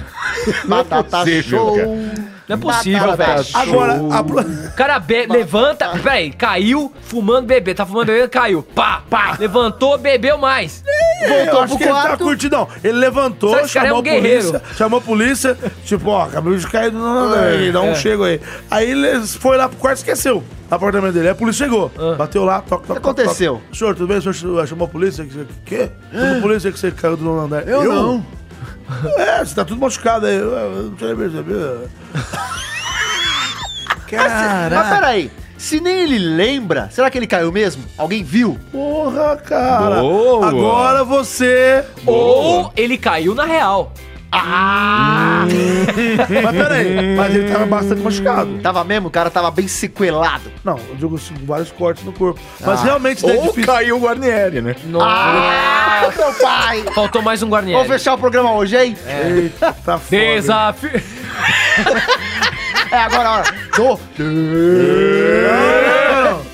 Batata
possível, Show. cara.
Não é possível,
Batata
velho.
Show. Agora, a
O cara be- levanta, peraí, caiu, fumando bebê. Tá fumando bebê, caiu. Pá, pá. Levantou, bebeu mais.
eu acho que ele tá curtindo, não. Ele levantou,
Sabe, esse cara é um
chamou a polícia.
guerreiro.
Chamou a polícia, tipo, ó, acabou de cair, não, não, não,
É,
aí, dá um
é.
chego aí. Aí ele foi lá pro quarto e esqueceu. O apartamento dele. Aí a polícia chegou.
Ah.
Bateu lá, toca, toca. O que
aconteceu?
Senhor, tudo bem? O senhor ah, chamou a polícia? Que você- Quê? Chamou a polícia que você caiu do nono andar.
Eu não.
É, você tá tudo machucado aí. Eu, eu não tinha percebido.
Mas, mas peraí, se nem ele lembra, será que ele caiu mesmo? Alguém viu?
Assim, Porra, cara.
Boa.
Agora você.
Ou ele caiu na real.
Ah!
mas peraí, mas ele tava bastante machucado.
Tava mesmo? O cara tava bem sequelado.
Não, eu digo assim, vários cortes no corpo. Mas
Ah.
realmente é
Ou
caiu o Guarnieri, né?
Ah, meu pai!
Faltou mais um Guarnieri.
Vamos fechar o programa hoje, hein?
É.
Eita, tá foda.
Desafio.
É, agora, ó. Do...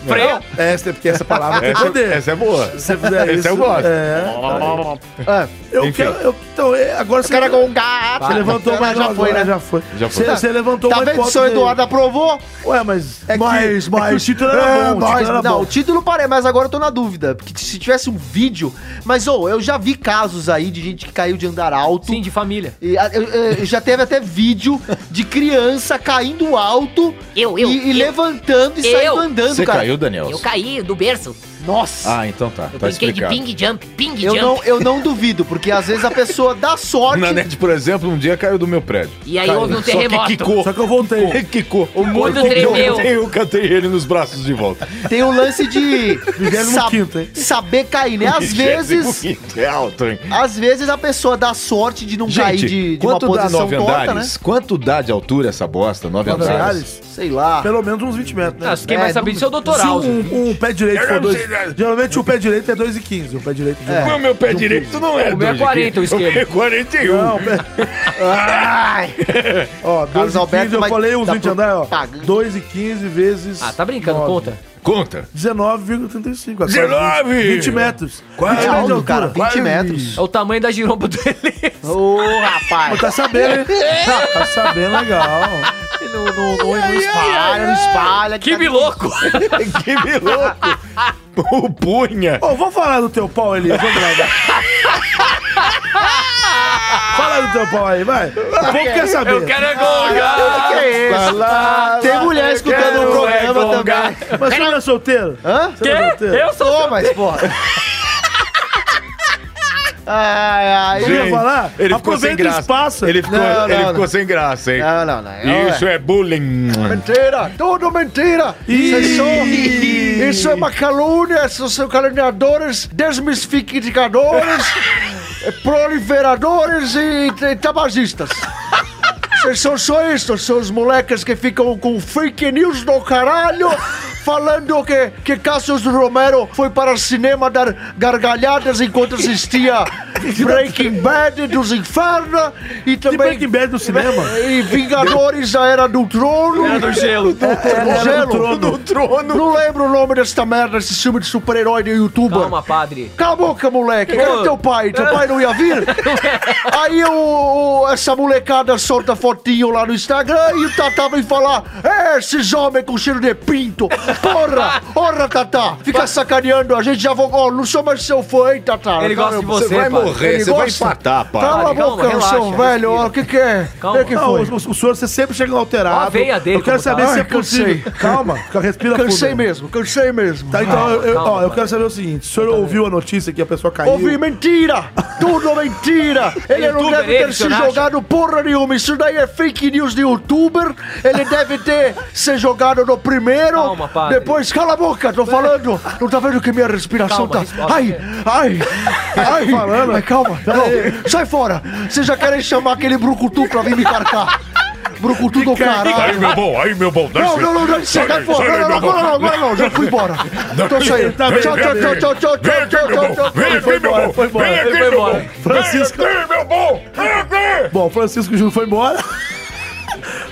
Freio. Essa é porque essa palavra tem
Essa-
poder.
essa é boa.
Se você fizer
Essa
isso,
eu gosto.
É. Eu
Enfim.
quero. Eu, então, é, agora
Cara com um gato.
Você levantou mais
já
uma-
foi, né?
Já foi.
Já
Você,
foi.
você levantou
Tá
uma
vendo que o
hipótese
seu
aí.
Eduardo aprovou?
Ué, mas.
É que-
mas,
é
mas.
que
o título era
é,
bom. o
mas-
título era
não,
bom.
o título parei, mas agora eu tô na dúvida. Porque se tivesse um vídeo. Mas, ô, eu já vi casos aí de gente que caiu de andar alto.
Sim, de família.
E, a- eu- eu- já teve até vídeo de criança caindo alto e, e
eu.
levantando e saindo
Eu.
andando,
Você
tá- cara.
caiu, Daniel?
Eu caí do berço.
Nossa!
Ah, então tá.
Eu
tá
brinquei
explicado.
de ping jump, ping
Eu
jump.
não, eu não duvido, porque às vezes a pessoa dá sorte.
Na net, por exemplo, um dia caiu do meu prédio.
E aí
Caiu.
houve um
Só que
terremoto.
quicou.
Só que eu voltei.
Ele quicou. O
mundo
Eu
tremeu.
voltei, eu cantei ele nos braços de volta.
Tem o lance de
Vigésimo
sab-
quinto, hein?
saber cair, né? Às
Vigésimo
vezes,
quinto, É alto, hein?
às vezes a pessoa dá sorte de não cair de, de uma
quanto dá
posição
nove
torta, né?
andares? Quanto dá de altura essa bosta? Nove
Nove
andares?
andares?
sei lá.
Pelo menos uns 20 metros, né?
Ah, quem mais sabe disso é o doutoral,
Se um, um pé direito
Eu
for
não
dois,
sei
Geralmente o pé direito é 2,15. O pé direito de um-
É. O meu pé
de um
direito
pulo.
não é O meu é 2,15, 40 o esquerdo. o meu é 41.
Não, o pé... Ai! Ó, 2
Alberto
eu
vai-
falei uns
tá
20
pro-
andar, ó. 2,15 vezes... Ah, tá brincando, conta.
Conta.
19,35. é quase
19!
20, 20 metros.
É
Quase
20 metros de
alto,
altura.
cara, 20
Quase.
metros.
É o tamanho da giromba do Elias.
Ô, rapaz.
Mas tá sabendo, hein? tá sabendo legal.
Não, não, não, não espalha, não espalha.
tá
Que biloco! que biloco! O punha! Ô, vamos falar do teu pau, Elias. Vamos lá, vai. Fala do teu pau aí, vai. O povo quer saber.
Eu quero é gongar.
Ah, que é isso?
Fala,
Tem mulher
eu
escutando
quero
o
é
programa
gongar.
também. Mas você não é solteiro?
Hã?
Você não é solteiro?
Eu
um
sou, mas porra. Ai, ai,
Eu ia falar,
Ele ficou sem
aproveita o
graça.
espaço.
Ele ficou,
Não,
ele
não,
ficou
não.
sem graça, hein?
Ah,
Não, não, não.
Isso é bullying.
Mentira, tudo mentira.
é
Ih.
Vocês são- Isso é uma calúnia, vocês são caluniadores, desmistificadores, eh, proliferadores e, e tabagistas. Vocês são só isso, são os moleques que ficam com fake news do caralho, falando que, que Cassius Romero foi para o cinema dar gargalhadas enquanto assistia Breaking Bad dos Infernos e também... Breaking
Bad do cinema?
E Vingadores da Era do Trono.
Era do gelo.
Do,
Era do
gelo.
trono. Do
trono. Não lembro o nome dessa merda, desse filme de super-herói de youtuber.
Calma, padre.
Cala a boca, é moleque. Cadê
Ô.
teu pai? Teu pai não ia vir? Aí o, o- essa molecada solta fotinho lá no Instagram e o Tatá vem falar: "É, esses homens com cheiro de pinto. Porra! Porra, Tatá! Fica sacaneando. A gente já vou. Ó, não sou mais seu fã, hein, Tatá? Então
Ele gosta de você, Você vai padre. morrer, você vai empatar, padre.
Cala a
Padre,
boca,
calma, relaxa,
seu velho. ó, O que, que é?
Calma.
O que, que
Não,
foi?
o, o- o senhor, você sempre chega alterado.
Ó a veia dele,
Eu quero
como tá.
saber se é
Ai, cansei.
possível. Calma, fica- respira
Cansei
fundo.
mesmo, cansei mesmo.
Tá, então,
Calma,
eu, eu-
calma,
ó, eu quero saber o seguinte. O senhor ouviu a notícia que a pessoa caiu?
Ouvi mentira! Tudo mentira! Ele não
Youtuber,
deve ter
ele,
se
o senhor acha?
jogado porra nenhuma. Isso daí é fake news de youtuber. Ele deve ter se jogado no primeiro.
Calma, padre.
Depois, cala a boca, tô falando. Não tá vendo que minha respiração
Calma,
tá.
resposta.
Ai, ai, ai. Ai, calma, não. Sai fora. Vocês já querem chamar aquele brucutu pra vir me carcar. Brucutu do caralho.
é Aí, meu bom, aí, meu bom.
Não, não, não, não, sai
daí,
fora.
sai
Não,
daí,
não,
meu
agora não,
bom.
agora não, já fui embora. Tô saindo.
Tá bem,
Tchau,
vem
tchau,
aqui.
tchau, tchau, tchau,
Vem aqui,
tchau,
meu
tchau,
bom.
tchau.
Vem aqui, meu bom.
foi embora,
Vem aqui,
foi
meu
embora.
bom.
Francisco-
Vem aqui, meu bom. Vem aqui.
Bom, o Francisco Júnior foi embora.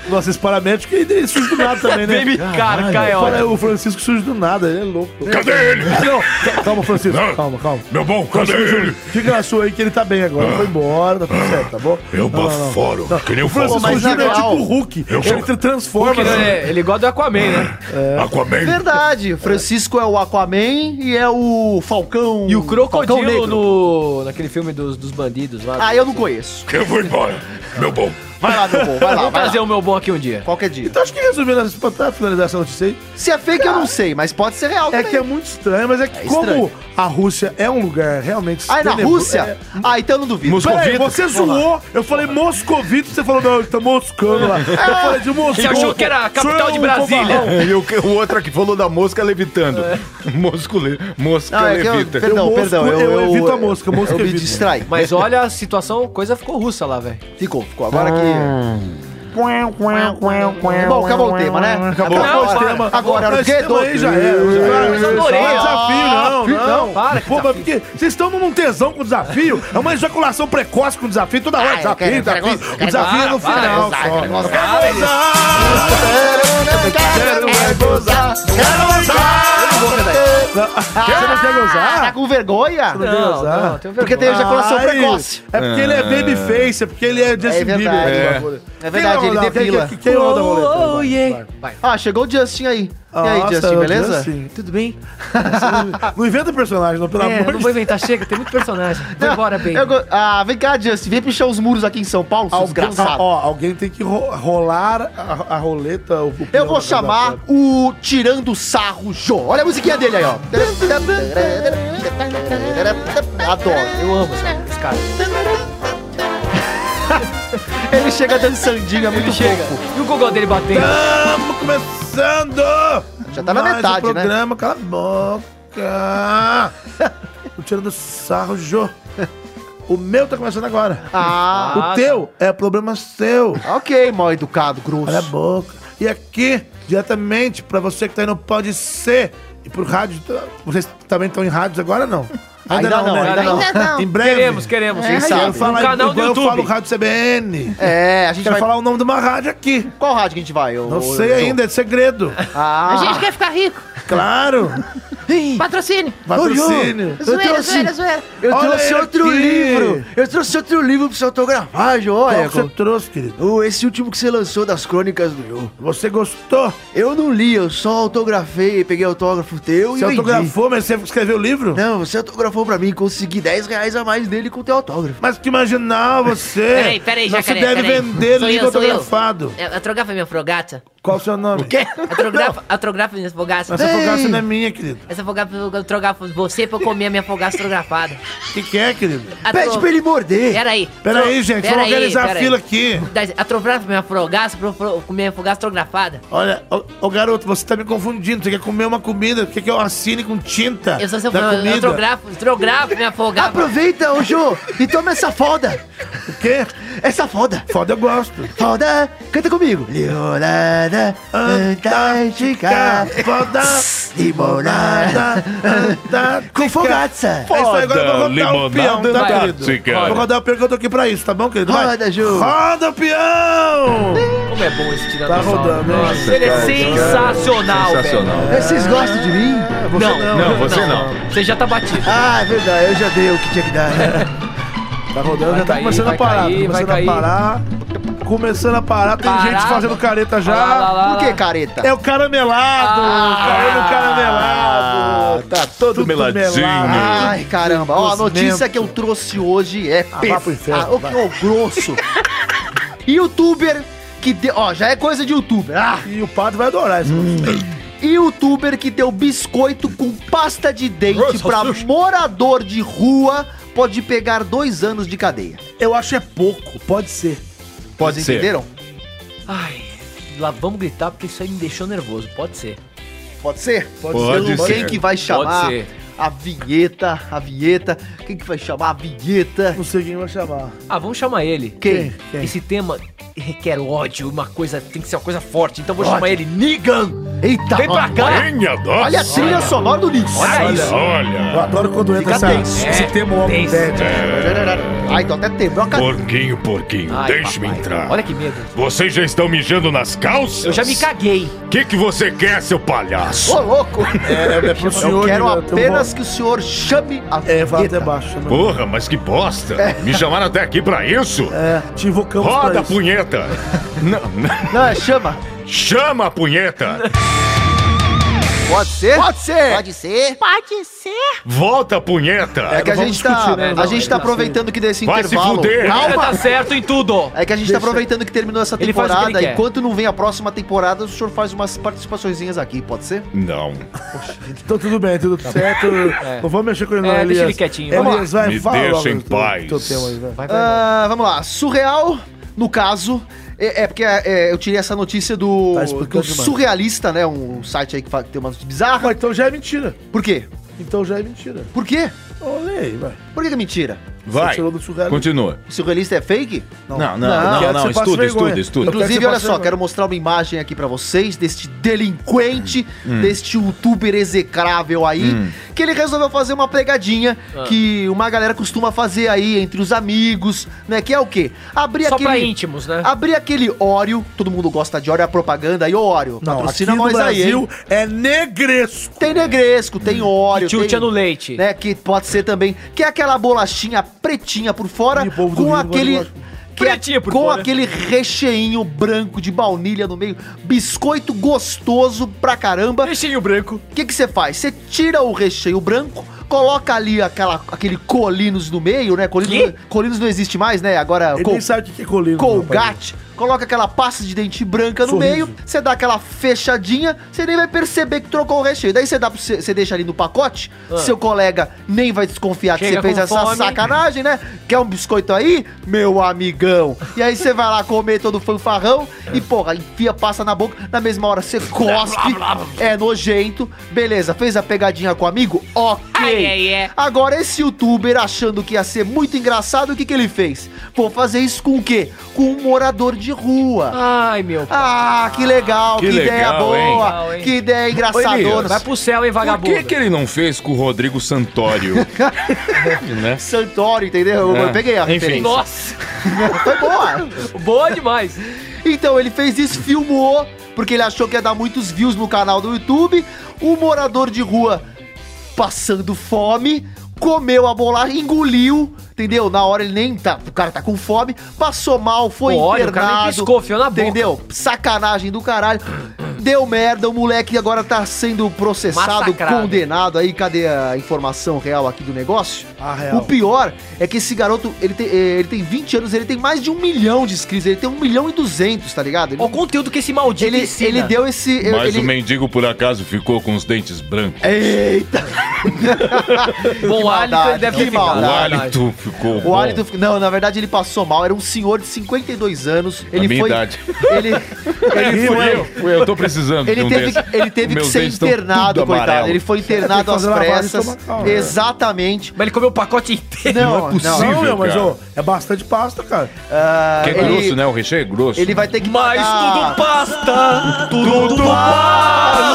Nossa, esse paramédico ele surge do nada também, né?
Vem me carcar,
Caralho.
é ótimo.
Fala, O Francisco surge do nada, ele é louco.
Cadê ele?
Não, calma, Francisco,
Não.
calma, calma.
Meu bom, cadê
Francisco
ele?
Júnior, Fica na sua aí que ele tá bem agora, foi embora, tá tudo certo, tá bom?
Eu
Não, não, não.
baforo,
Não,
que nem
o
o
Francisco
Falcão.
Júnior é
Mas
tipo
legal.
o Hulk,
Eu
ele se transforma.
Porque,
né?
né, ele gosta do Aquaman, né?
Aquaman.
Verdade, Francisco é o Aquaman e é o Falcão. E o Hum, Falcão
Crocodilo
Negro.
no, naquele filme dos, dos bandidos lá.
Ah, eu não conheço.
Eu vou embora, meu bom.
Vai lá, meu bom, vai lá.
Vou
Vai
trazer
lá.
o meu bom aqui um dia.
Qualquer dia.
Então acho que resumindo, essa- pra finalizar essa notícia aí,
Se é fake, eu não sei, mas pode ser real
É que é muito estranho, mas é que
estranho.
como a Rússia é um lugar realmente
Ah, é na
tenebroso-
Rússia?
É.
Ah, então eu não duvido.
Peraí, você
Vamos lá.
zoou, eu falei moscovito, você falou, não, ele tá moscando lá. Eu falei de Moscou.
Você É. achou que era a capital
Sou
de
um
Brasília.
bobarrão.
É, E o, que- o outro aqui falou da mosca levitando. Mosco le- mosca
Ah, é que eu-
levita. um
perdão,
mosco-
perdão, eu- eu- eu me distrai.
Mas olha a situação, coisa ficou russa lá, velho.
Ficou, ficou. Agora que. Bom, acabou o tema, né?
Acabou. Não,
agora,
para.
Agora, era o
Esse
quê?
tema aí já era. já era.
Eu adorei.
Não é desafio, não.
Desafio,
Não,
não, para que
Pô, mas porque vocês estão num tesão com desafio. É uma ejaculação precoce com desafio. Toda hora,
Ah, eu
desafio,
quero- eu quero
desafio.
gozar, eu
O
quero
desafio é no
gozar,
final.
eu quero
só.
tá
gozar, eu quero
Eu quero
Quero é gozar. Quero gozar. Eu não vou, Dedé.
Você não quer gozar?
Tá com vergonha?
Não, não, tenho
Porque tem ejaculação
Ai,
precoce. Ah.
É porque ele é babyface, é porque ele é Justin
É verdade.
Bieber.
É.
bagulho.
É verdade,
Quem
ele
não, não,
depila.
Quem, quem, quem anda,
Oh,
boleto?
oh,
Vai,
yeah.
tá vai.
Ah, chegou o Justin aí. e aí,
Nossa, é
Justin,
o
beleza?
Justin.
Tudo bem?
Não inventa personagem, não, pelo
É,
amor
não vou inventar, chega, tem muito personagem. Vai embora, bem.
Eu go- Ah, vem cá, Justin. Vem pichar os muros aqui em São Paulo, seus
Alguém,
desgraçado.
ó, alguém tem que ro- rolar a, a roleta. O, o
Eu
peão
vou
da-
chamar o Tirando Sarro Jô. Olha a musiquinha dele aí, ó. Adoro. Eu amo os caras. Ele chega dançandinho, é muito
Ele chega.
fofo.
E o gogó dele batendo?
Estamos começando!
Já tá na
mais
metade,
um
né?
programa, cala a boca! o tirando sarro, Jô. O meu tá começando agora.
Ah.
o teu é problema seu.
Ok, mal educado, grosso.
Cala a boca. E aqui, diretamente, pra você que tá aí no Pode Ser e pro rádio. Vocês também estão em rádios agora não? né?
Ainda não, ainda não. Ainda não.
Em breve.
Queremos, queremos,
Quem
vocês
sabe? é. Eu
sabem.
Um
falo,
No canal do
igual
YouTube.
Eu falo rádio CBN.
É, a gente
Quero
vai-
falar o nome de uma rádio aqui.
Qual rádio que a gente vai? Eu,
Não sei ainda, é segredo.
Ah.
A gente quer ficar rico.
Claro.
Patrocínio.
Patrocínio.
Eu
Zoeira,
trouxe-
zoeira, zoeira.
Eu
Olha
trouxe
ele
outro
aqui.
livro! Eu trouxe outro livro pra você autografar, Jô.
Qual
Olha,
que você
co-
trouxe, querido?
o- esse último que você lançou das crônicas do Jô.
Você gostou?
Eu não li, eu só autografei, peguei autógrafo teu
Você
e vendi.
autografou, mas você escreveu o livro?
Não, você autografou pra mim, consegui 10 reais a mais dele com teu autógrafo.
Mas que imaginar você.
Peraí, peraí,
Não
jacaré.
se deve
peraí.
vender
Sou
livro
eu, sou eu.
autografado.
Eu- Autografa minha frogata.
Qual o seu nome?
Autografa, autografa minhas fogaças.
Essa fogaça não é minha, querido.
Essa fogaça eu autografo você pra eu comer a minha fogaça autografada.
O que, que é, querido?
Atro-
morder.
Peraí.
Peraí, gente,
Pera
vamos
aí,
organizar
pera
a
aí.
fila aqui.
Dá- Autografa minha fogaça pra eu pro- comer a fogaça autografada.
Olha, ô, ô, garoto, você tá me confundindo. Você quer comer uma comida, quer que eu assine com tinta
Eu sou seu
da
fã, eu
comida?
autografo, autografo minha fogaça.
Aproveita, ô então, Jô, e toma essa foda.
O quê?
Essa foda.
Foda eu gosto.
Foda, canta comigo. Limonada Antártica.
Foda,
Limonada.
Antártica.
Com fogaça.
É isso aí, agora eu vou
Foda,
rodar o peão, tá,
limonada
querido?
antártica.
Vou rodar o peão que eu tô aqui pra isso, tá bom, querido? Vai.
Roda, Ju.
Roda o peão!
Como é bom esse
Tá
tiranossauro.
rodando, hein?
Nossa, ele é sensacional, velho.
Sensacional.
Vocês gostam de mim?
Não,
Não, você não.
Você já tá batido.
Ah, é verdade, eu já dei o que tinha que dar.
Tá rodando,
Vai
já tá
cair,
começando
vai
a parar.
cair,
tá
vai
começando a
cair.
parar. Começando a parar, tem
Parar.
gente fazendo careta já.
Lá, lá, Ah. lá, lá.
Por que, careta?
É o caramelado! Caiu no caramelado!
tá
Ah, Todo meladinho.
Ai, caramba. Ó, a notícia
Cozimento.
que eu trouxe hoje é
Ah, vá pro inferno,
Ah, ô,
vai.
ô, grosso. youtuber que deu... Ó, já é coisa de youtuber. Ah,
E o padre vai adorar isso.
Hum.
youtuber que deu biscoito com pasta de dente pra morador de rua pode pegar dois anos de cadeia.
Eu acho é pouco, pode ser.
Pode
Vocês
ser.
entenderam?
Ai, lá vamos gritar porque isso aí me deixou nervoso. Pode ser.
Pode ser?
Pode
Eu não sei
ser.
que vai chamar
ser.
a vinheta, a vinheta. Quem que vai chamar a vinheta?
Não sei quem vai chamar.
Ah, vamos chamar ele.
Quem?
Quem?
Esse tema requer ódio, uma coisa, tem que ser uma coisa forte. Então vou chamar ele Negan.
Eita,
Vem pra
ó,
cá.
Minha nossa.
Olha a trilha sonora do Nix.
Olha isso.
Olha.
Eu adoro quando entra
Fica
essa,
tenso.
esse
É,
termo
um
homem
tenso.
dead.
né? Ai, tô até tembrou a cadeira.
Porquinho, porquinho,
Ai,
deixe-me
papai.
entrar.
Olha que medo.
Vocês já estão mijando nas calças?
Eu já me caguei.
O que, que você quer, seu palhaço?
Ô, louco!
é,
pro
Eu
É, senhor,
quero
né? Eu
apenas
um
vou-
que o senhor chame a
É, vai até
vinheta.
baixo. né?
Porra, mas que bosta!
É.
Me chamaram até aqui pra isso?
É, te invocamos
Roda
pra
a
isso.
punheta! não, não.
Não, é chama.
Chama a punheta!
Pode ser? Pode ser.
Pode ser?
Pode ser.
Volta a punheta!
É que a
Não vamos
gente tá,
discutir, né?
a
Não,
gente tá aproveitando que deu esse
Vai se
intervalo.
fuder.
Ele
Calma.
tá certo em tudo.
É que a gente tá aproveitando que terminou essa
Ele faz o que ele
temporada.
quer.
Enquanto não vem a próxima temporada, o senhor faz umas participaçõezinhas aqui, pode ser?
Não.
Então tudo bem, tudo certo. Não vamos mexer com ele, não,
Tá É, deixa
Elias.
ele quietinho, vamos
Elias, vai,
Me
fala.
deixa
logo
em
teu-
paz.
teu tema aí, vai.
Vai, vai, vai.
Ah, vamos lá. Surreal, no caso. É, é porque é, eu tirei essa notícia do,
Tá explicando
do
demais.
Surrealista, né? Um site aí que, fa- que tem uma notícia bizarra.
Ah, então já é mentira.
Por quê?
Então já é mentira.
Por quê?
Olha aí, vai.
Por que, que é mentira?
Vai.
tirou do surrealismo.
Continua.
O surrealista é fake?
Não, não,
Não,
não, não,
quero que você passe
estuda,
vergonha.
estuda,
Eu
estuda.
quero que
Inclusive,
você
olha
passe
só,
vergonha.
quero mostrar uma imagem aqui pra vocês deste delinquente,
Hum.
deste youtuber execrável aí, que ele resolveu fazer uma pegadinha
Ah.
que uma galera costuma fazer aí entre os amigos, né? Que é o quê? Abrir
Só pra
aquele. Ah,
íntimos, né?
Abrir aquele óleo, todo mundo gosta de óleo, é a propaganda aí, ô óleo.
Não, aqui
patrocina
no
nós aí. hein?
Brasil Hum. é negresco.
Tem negresco, tem óleo.
Tchutcha
tem-
no leite.
né? Que pode ser também. Que é aquela bolachinha pretinha por fora
Ih, o povo do
com
Rio
aquele.
gosta de
que é-
Pretinha por
com
fora.
aquele recheinho branco de baunilha no meio. Biscoito gostoso pra caramba.
Peixinho branco.
O que que você faz? Você tira o recheio branco, coloca ali aquela, aquele colinos no meio, né? Colinos,
Que?
colinos não existe mais, né? Agora.
Ele
Col-
nem sabe o que é colírio.
Colgate, coloca aquela pasta de dente branca no
Sorriso.
meio, você dá aquela fechadinha, você nem vai perceber que trocou o recheio. Daí você dá pro cê- você deixa ali no pacote, seu colega nem vai desconfiar que você
Chega
fez
com
essa
fome.
sacanagem, né? Quer um biscoito aí, meu amigão? E aí você vai lá comer todo fanfarrão e, porra, enfia passa na boca, na mesma hora você cospe, é nojento. Beleza, fez a pegadinha com o amigo? Ok.
Ai, ai, ai.
Agora, esse youtuber, achando que ia ser muito engraçado, o que, que ele fez? Vou fazer isso com o quê? Com um morador de rua.
Ai, meu
Ah, que legal, que,
Que
ideia
legal, hein?
boa,
Legal,
que ideia engraçadona.
Vai
pro céu, hein,
Por que, que ele não fez com o Rodrigo Santoro? né?
Santório, entendeu? Eu
É,
peguei a
enfim.
referência.
Nossa.
Foi boa!
boa demais!
Então, ele fez isso, filmou, porque ele achou que ia dar muitos views no canal do YouTube. Um morador de rua passando fome, comeu a bolacha, engoliu, entendeu? Na hora ele nem tá, o cara tá com fome, passou mal, foi
Pô, olha, o cara nem
internado.
piscou, fiou na boca.
Entendeu? Sacanagem do caralho. Deu merda, o moleque agora tá sendo processado,
Massacrado.
condenado aí. Cadê a informação real aqui do negócio?
A real.
O pior é que esse garoto, ele tem, eh, ele tem 20 anos, ele tem mais de um milhão de inscritos, ele tem um milhão e duzentos, tá ligado? Ele,
o conteúdo que esse maldito
ele,
ensina.
ele deu esse...
Mas
ele-
o mendigo, por acaso, ficou com os dentes brancos.
Eita!
Bom, o hálito ele deve
que
ter ficado.
O
maldade.
hálito ficou
O
bom.
hálito... fica- Não, na verdade ele passou mal, era um senhor de 52 anos. Ele
minha
foi...
idade.
Ele, ele
fui
foi...
eu, fui É, eu, tô precisando
né? Ele
de um
teve,
desses.
ele teve que
Meus
ser
dentes tão
internado,
então, tudo
coitado.
amarelo.
Ele foi
Tem que
internado às
fazer lavagem
pressas.
estomacal, né?
Exatamente.
Mas ele comeu o pacote inteiro.
Não,
Não
não
é possível,
não.
meu, mas
cara.
ô, é bastante pasta, cara.
Ah,
Que é
ele-
grosso, né? O recheio é grosso.
Ele vai ter que
Mas
pagar-
tudo pasta, Ah. tudo,
Tudo
passa.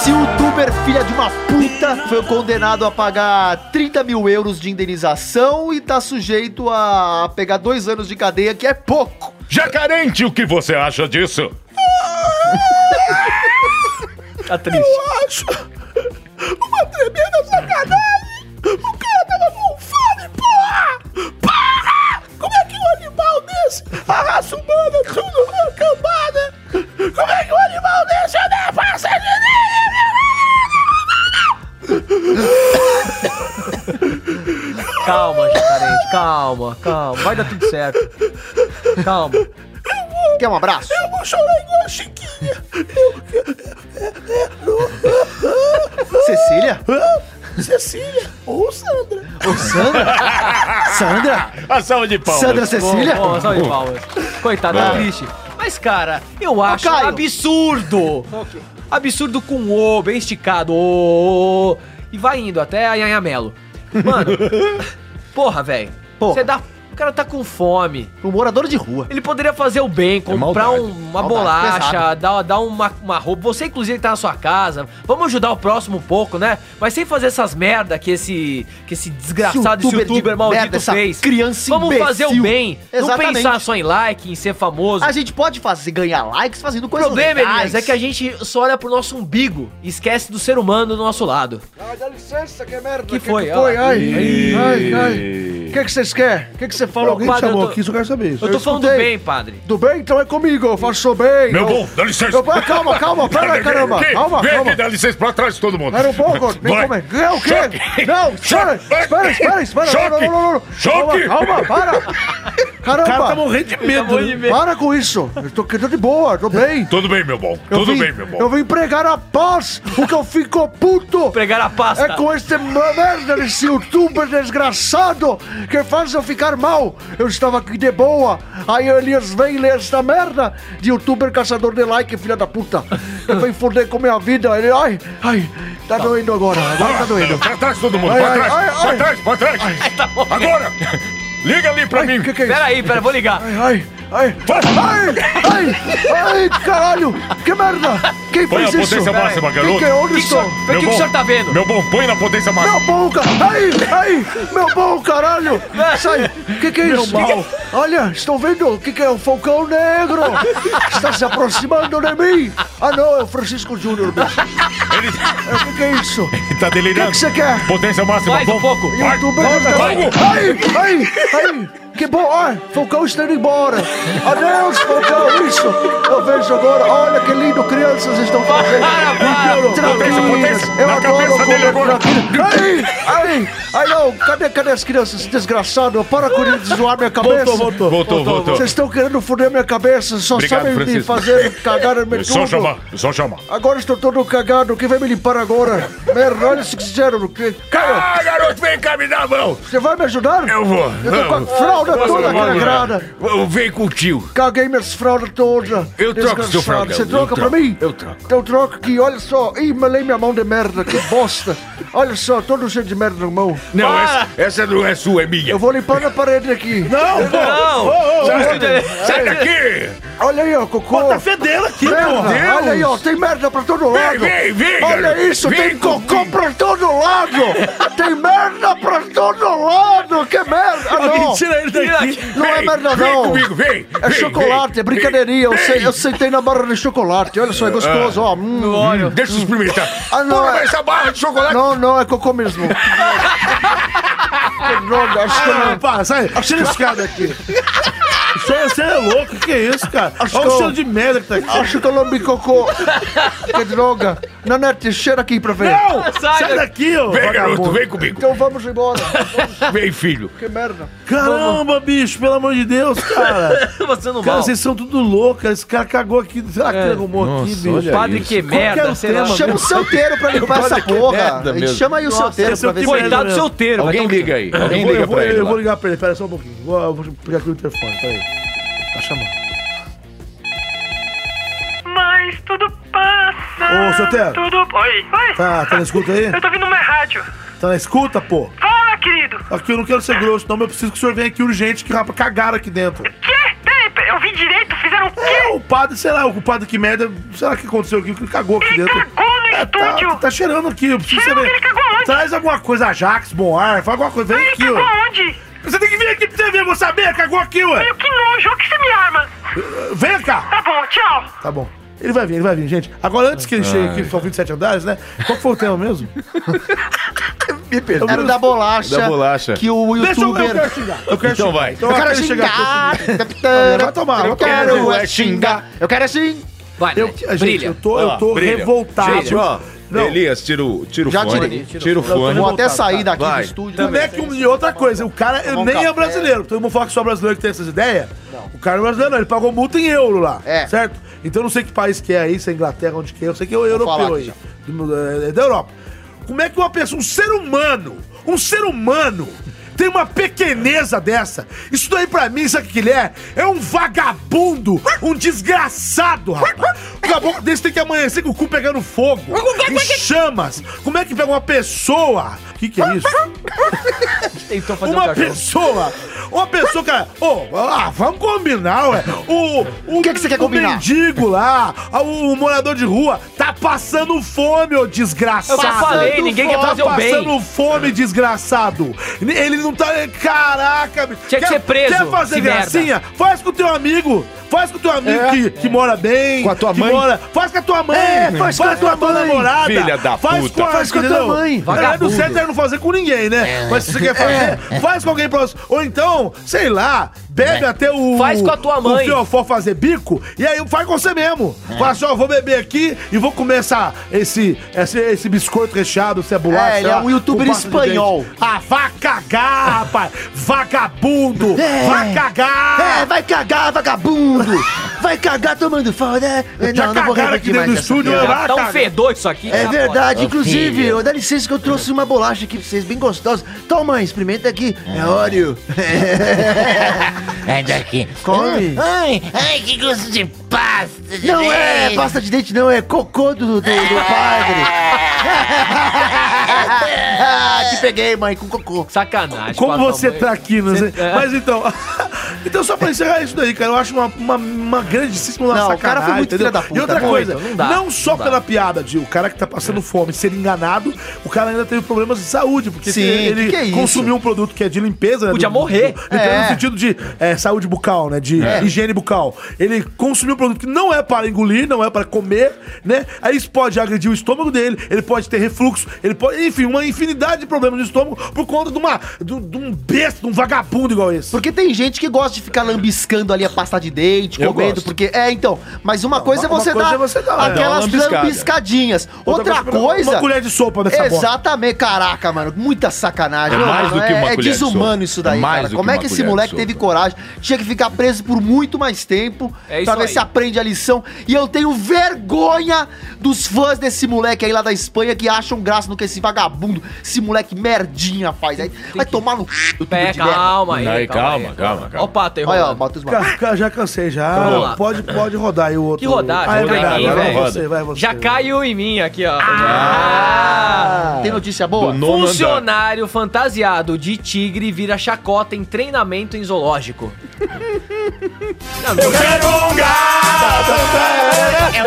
Esse youtuber, filha de uma puta, foi condenado a pagar 30 mil euros de indenização e tá sujeito a pegar dois anos de cadeia, que é pouco.
Jacarente, o que você acha disso?
Tá triste.
acho uma tremenda sacanagem! O cara tava com fome, porra! Para! Como é que um animal desse, a raça humana, tudo uma cambada? Como é que um animal desse anda passa de
Calma, Jacarente, calma, calma. Vai dar tudo certo. Calma.
Quer um abraço?
Eu vou chorar igual a Chiquinha!
Cecília?
Cecília ou Sandra?
Ô, Sandra? Sandra?
A salva de palmas.
Sandra Cecília?
Bom, bom, salve de palmas. Coitado, tá triste. Mas, cara, eu acho
Caio.
absurdo. Absurdo com o, bem esticado. O, e vai indo até a Yaya Melo. Mano, porra, velho.
Porra.
Você dá... O cara tá com fome.
Um morador de rua.
Ele poderia fazer o bem, comprar
maldade.
um- uma
Maldade,
bolacha,
pesado.
dar, dar uma, uma roupa. Você, inclusive, tá na sua casa. Vamos ajudar o próximo um pouco, né? Mas sem fazer essas merda que esse, que esse desgraçado, esse
Ah, Youtuber de
youtuber, maldito
merda, essa
fez.
criança
Vamos
imbecil.
fazer um o bem.
Exatamente.
Não pensar só em like, em ser famoso.
A gente pode fazer, ganhar likes fazendo
O
coisas
problema, Elias, é que a gente só olha pro nosso umbigo e esquece do ser humano do nosso lado.
Ai, Ah, dá licença, que merda.
Que foi?
Foi,
ó.
ai,
Ih.
ai, ai. O que que vocês querem? O que que você falou?
Alguém
Padre,
chamou
eu tô-
aqui, isso eu quero saber.
Eu tô falando do
escutei.
bem, padre.
Do bem? Então é comigo, eu faço bem. eu-
Meu bom, dá licença.
Eu- ah, calma, calma, pera, caramba.
Vem,
Calma,
vem
calma.
aqui, dá licença pra trás de todo mundo.
Espera um pouco, vem
Vai.
comer. É o quê?
Choque.
Não, espera,
Choque.
espera, espera, espera. Não,
Choque.
não, não, não, não.
Choque.
Calma, calma, para.
O cara tá
Caramba,
morrendo de medo.
morrendo de medo.
para com isso. Eu tô, eu tô de boa, tô bem.
Tudo bem, meu bom.
Eu
Tudo
vim-
bem, meu bom.
Eu vim pregar a paz. O que eu fico puto
Pregar a pasta.
é com este ma- merda desse youtuber desgraçado que faz eu ficar mal. Eu estava aqui de boa. Aí o Elias vem ler esta merda de youtuber caçador de like, filha da puta. Ele vem foder com minha vida. Ele, ai, ai, tá doendo agora. Agora tá doendo.
Pra trás de todo mundo,
Ai,
pra
ai,
trás,
ai,
pra
ai.
trás, pra trás. Agora! Liga ali pra mim.
O que, tá que é isso?
Pera aí, pera, vou ligar.
Ai, ai,
Vai.
ai, ai, ai, caralho, que merda! Quem
Põe
fez
a potência
isso?
máxima,
Quem
garoto.
que é? Onde
Que que
estou?
o senhor- o que que o senhor tá vendo?
Meu bom, põe na potência máxima.
Meu bom, cara! Ai, ai! Meu bom, caralho! Sai! Que que é isso?
mal.
Olha, estou vendo o que que é o Falcão Negro! Está se aproximando de mim! Ah não, é o Francisco Júnior, bicho!
Ele
É, O que que é isso? O
ele tá
que
delirando.
que você quer?
Potência máxima,
Mais um pouco.
Vai,
Youtuber
volta,
do-
vai.
Ai, ai, ai! Que bom! Ai, Falcão está indo embora! Adeus, Falcão! Isso! Eu vejo agora, olha que lindo crianças estão fazendo!
Para, para.
Potência,
Tranquilas,
potência.
eu
Na
adoro
cabeça dele
comer
agora.
tranquilo. Ai, ai, ai, não, cadê, cadê as crianças? Desgraçado, para com ele de zoar minha cabeça.
é- Voltou, voltou.
Vocês estão querendo foder minha cabeça, só
Obrigado,
sabem me
Francisco.
fazer cagar em
É
meu
só chamar, é só chamar.
Agora estou todo cagado, quem vai me limpar agora? Merda, olha se que fizeram. que- Cara,
Ah, garoto! garoto, vem cá, me dá a mão.
Você vai me ajudar?
Eu vou.
Eu tô com a
Não.
fralda
Vamos,
toda
vamos lá.
cagada.
Eu- Vem com o tio.
Caguei minhas fraldas todas.
Eu troco seu
Desgraçado.
fraldão.
Você
Eu
troca pra
troco.
mim?
Eu troco.
Então troca aqui, olha só. Ih, malei minha mão de merda, que bosta. Olha só, todo cheio de merda na mão.
Não,
Ah,
essa, essa não é sua, é minha.
Eu vou limpar na parede aqui.
Não, pô. Não. Ô, ô, ô,
sai,
ô,
sai
É.
ô,
daqui!
Olha aí, ó, cocô.
Pô, tá fedendo aqui,
merda.
porra.
Olha aí, ó, tem merda pra todo lado.
vem, vem,
Olha
garoto.
isso,
Vem
tem cocô pra todo lado. tem merda pra todo lado. Que merda. Ah,
Alguém
não.
tira ele tá daqui.
Não é
Vem,
merda, não.
vem comigo, vem,
É
vem,
chocolate,
vem,
é brincadeirinha. Eu, sei, eu sentei na barra de chocolate. Olha só, é gostoso, ó. Hum.
Hum, deixa eu experimentar.
Ah, não,
Toma
é-
essa barra de chocolate.
Não, não, é cocô mesmo. Que droga, acho que eu
Ah,
não...
pá, sai. Tira esse cara daqui. Você, você é louco, que isso, cara?
Acho
Olha o
que eu-
cheiro de merda que tá aqui.
Acho que eu lambi cocô. Que droga. Nanete, cheira aqui pra ver.
Não! Sai,
daqui.
daqui, ó.
Vem, garoto,
vagabundo.
vem comigo.
Então vamos embora.
Vem, filho.
Que merda.
Caramba, bicho, pelo amor de Deus, cara.
Ah, Você não
Cara,
mal.
vocês são tudo loucos. Esse cara cagou aqui. Será que ele arrumou aqui, bicho?
Padre que
Qual que era
merda,
o
sei lá.
tema?
Chama o solteiro pra limpar essa porra.
merda
A gente
mesmo.
chama aí o solteiro
esse é
pra
o
ver se...
tipo de-
Coitado do seu termo. vai
Alguém
tomar-
liga aí.
Eu
Alguém
vou, eu
liga
vou-
pra ele.
Eu vou
lá.
ligar pra ele, pera só um pouquinho. Vou, eu vou pegar aqui o telefone, peraí. Tá chamando.
Mas tudo passa.
Ô, seu Tero.
Tudo. Oi. Oi.
Tá, tá na escuta aí?
Eu tô ouvindo uma rádio.
Tá na escuta, pô?
Fala, querido.
Aqui eu não quero ser grosso, não, mas eu preciso que o senhor venha aqui urgente, que rapaz, cagaram aqui dentro.
Quê? Peraí, peraí, eu vi direito? Fizeram o quê?
É, o padre, sei lá, o padre que merda, será que aconteceu aqui? Que cagou aqui
Ele
dentro.
cagou no
É,
estúdio.
Tá, tá cheirando aqui, eu preciso
Cheirou,
saber.
ele cagou onde?
Traz alguma coisa, Ajax, Boar, faz alguma coisa, vem
Ele
aqui,
cagou
ó.
onde?
Você tem que vir aqui pra você ver, eu vou saber, cagou aqui, ué.
Meu, que nojo. Olha que você me arma.
Vem cá.
Tá bom, tchau.
Tá bom. Ele vai vir, ele vai vir, gente. Agora, antes que ele chegue aqui, são 27 andares, né? Qual que foi o tema mesmo?
Me perdi. Era da bolacha.
Da bolacha.
Que o
Deixa eu,
um
eu
youtuber...
quero xingar. Eu quero
Então
xingar.
vai.
Então
Eu quero
chegar.
xingar.
Vai tomar,
Eu
vai tomar.
quero é xingar. Eu quero é xingar.
Vai,
Eu,
Nanete,
gente,
brilha.
eu tô,
Vai lá,
eu tô
brilha.
revoltado.
Gente, ó.
Não.
Elias, tira o, tira o
Já
fone.
tirei,
Tira o fone.
Vou até
voltado,
sair daqui do
Vai.
estúdio.
Como é que um- e outra coisa, o cara ele
um
nem é
café.
brasileiro. Todo mundo fala que só brasileiro que tem essas ideias. O cara não é brasileiro, não. Ele pagou multa em euro lá.
É.
Certo? Então eu não sei que país que é aí, se é Inglaterra, onde que é. Eu sei que é o
falar
europeu
aqui
aí. Do- é- é da Europa. Como é que uma pessoa, um ser humano, um ser humano, tem uma pequeneza dessa? Isso daí pra mim, sabe o que ele é? É um vagabundo, um desgraçado, rapaz. Um caboclo desse tem que amanhecer com o cu pegando fogo, em chamas. Como é que pega uma pessoa? O que que é isso?
Tentou fazer um
Uma
cachorro.
pessoa! Uma pessoa, cara. Ô, ah, vamos combinar, ué. O. O
que que você quer
o
combinar?
mendigo lá, a- o, o morador de rua, tá passando fome, ô desgraçado.
Eu já falei, ninguém quer
Tá
fazer o bem.
passando fome, desgraçado. Ele não tá. Caraca, bicho.
Tinha que ser preso,
Quer fazer
esse
gracinha? Faz com o teu amigo. Faz com o teu amigo
É.
que, que mora bem.
Com a tua
que
mãe.
Mora, faz com a tua mãe.
É, faz com a tua
tua
mãe.
namorada.
Filha da
faz
puta.
Com a,
Faz com a tua
entendeu?
mãe.
Na verdade, o
Vagabundo. É.
certo é não fazer com ninguém, né? Mas se você quer fazer, faz com alguém próximo. Ou então, sei lá, bebe até o.
Né? Faz com a tua mãe. É.
O fiofó fazer bico, e aí faz com você mesmo. Fala assim, ó, vou beber aqui e vou comer essa, esse, esse, esse biscoito recheado, se é bolacha.
É, ele
sei
é
lá,
um youtuber
com pasta de
espanhol.
dente. Ah, vá cagar, rapaz. Vagabundo.
É.
Vá cagar.
É, vai cagar, vagabundo! Vai cagar tomando foda! É,
Já cagaram aqui dentro do
dessa
estúdio,
piada.
eu
Já tá um
cara.
fedor isso aqui. Tá
É
Já
verdade, inclusive,
filho.
eu, dá licença que eu trouxe uma bolacha aqui pra vocês, bem gostosa. Toma, experimenta aqui. É óleo.
Ai, daqui.
Come.
Ai, ai, que gosto de pasta. de
Não é
leite.
pasta de dente, não, é cocô do, do, do padre. Ah, te peguei, mãe, com cocô.
Sacanagem.
Como
com a
você
tua mãe.
tá aqui, não sei.
Você- é.
Mas então. então, só pra encerrar isso daí, cara, eu acho uma, uma, uma grandíssima uma
Não, o
sacanagem.
cara foi muito
entendeu?
filha da puta.
E outra
Muito,
coisa,
não
não,
dá,
só
não dá.
pela piada de o cara que tá passando fome ser enganado, o cara ainda teve problemas de saúde, porque
Sim,
ele, ele
que que é isso?
consumiu um produto que é de limpeza. né,
Podia
do-
morrer.
do- limpeza
É.
no sentido de é, saúde bucal, né? De
É.
higiene bucal. Ele consumiu um produto que não é para engolir, não é para comer, né? Aí isso pode agredir o estômago dele, ele pode ter refluxo, ele pode. Enfim, uma infinidade de problemas no estômago por conta de uma. de, de um besta, de um vagabundo igual esse.
Porque tem gente que gosta de ficar lambiscando ali a pasta de dente,
É. Eu
comendo,
gosto.
porque. É, então. Mas uma coisa é
uma
você
coisa
dar
é você dar uma-
aquelas
dar uma lambiscada. é
lambiscadinhas. Outra, coisa.
Uma colher de sopa nessa bosta.
Exatamente, caraca, mano. Muita sacanagem.
É
mano.
mais do que uma
é,
colher
é
de
desumano
sopa.
isso daí,
É mais
cara.
do que
Como é
uma
que esse
colher de
moleque
sopa.
teve coragem? Tinha que ficar preso por muito mais tempo
É isso
pra ver
aí.
se aprende a lição. E eu tenho vergonha dos fãs desse moleque aí lá da Espanha que acham graça no que esse vagabundo, esse moleque merdinha faz. Aí vai tomar no c. do
Pé,
de merda.
calma aí.
Aí, calma, calma,
Ó o pato né? aí,
Olha,
rolando.
ó, Matheus
Ca- ca- já cansei, já.
Então Vamos lá.
pode, pode rodar aí o outro.
Que rodar,
Ah, é
já caiu
verdade.
em mim,
Agora
velho.
você, vai você.
Já caiu em mim aqui, ó. Ah!
Tem notícia boa?
Do nono Funcionário andar. fantasiado de tigre vira chacota em treinamento em zoológico.
Eu quero um gato,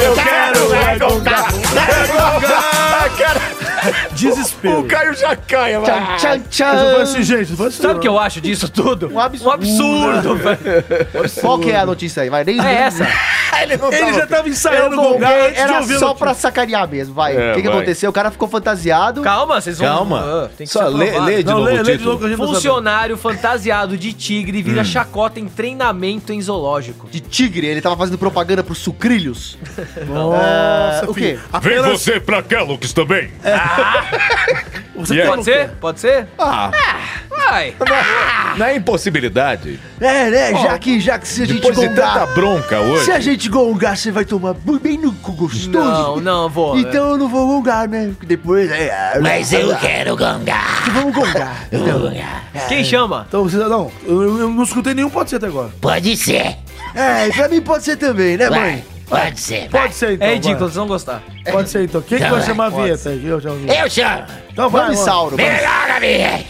eu quero
né?
é gongar,
Desespero.
O Caio já caia lá.
Ah,
Tchan, tchan, tchan.
Mas eu falei assim, gente, foi assim,
Sabe o que eu acho disso tudo? Um
absurdo.
velho.
Qual que é a notícia aí? Vai, nem
É essa.
Ele não
Ele já tava ensaiando o
Era,
Gongar antes de
era
ouvir a
só
notícia.
pra sacanear mesmo, vai. O
É,
que, que
vai.
aconteceu? O cara ficou fantasiado.
Calma, vocês vão.
Calma.
Ah, tem que
Só
ser
lê,
aprovado.
lê de
Não,
novo
lê-
o
lê de
título.
novo que a gente tá
Funcionário fantasiado de tigre vira chacota em treinamento em zoológico.
De tigre, ele tava fazendo propaganda pros sucrilhos.
Nossa,
É, o
filho.
quê?
Apenas...
pra Kellogg's também.
Você
E aí?
tá
Pode
no
ser? Pode ser?
Ah,
Vai.
na impossibilidade,
É, né? Já que, já que se a gente
depois de tanta
gongar.
bronca
Se
hoje,
a gente gongar, você vai tomar bu- bem no cu gostoso.
Não, não, vou.
Então eu não vou gongar, né? Porque depois. É,
Mas eu quero gongar.
Vamos gongar.
né? Quem chama?
Então, cidadão, eu, eu- eu não escutei nenhum pode ser até agora.
Pode ser.
É, e pra mim pode ser também, né,
Vai.
mãe?
Pode ser. vai.
Pode ser então.
é
vai.
ridículo, vocês vão gostar.
Pode ser então. Quem que
Então
vai
vai,
chamar a
pode
vinheta aí? Eu já ouvi.
Eu chamo.
Então vai.
Vamos,
mano.
Sauro. vamos.
Melhor, amigo.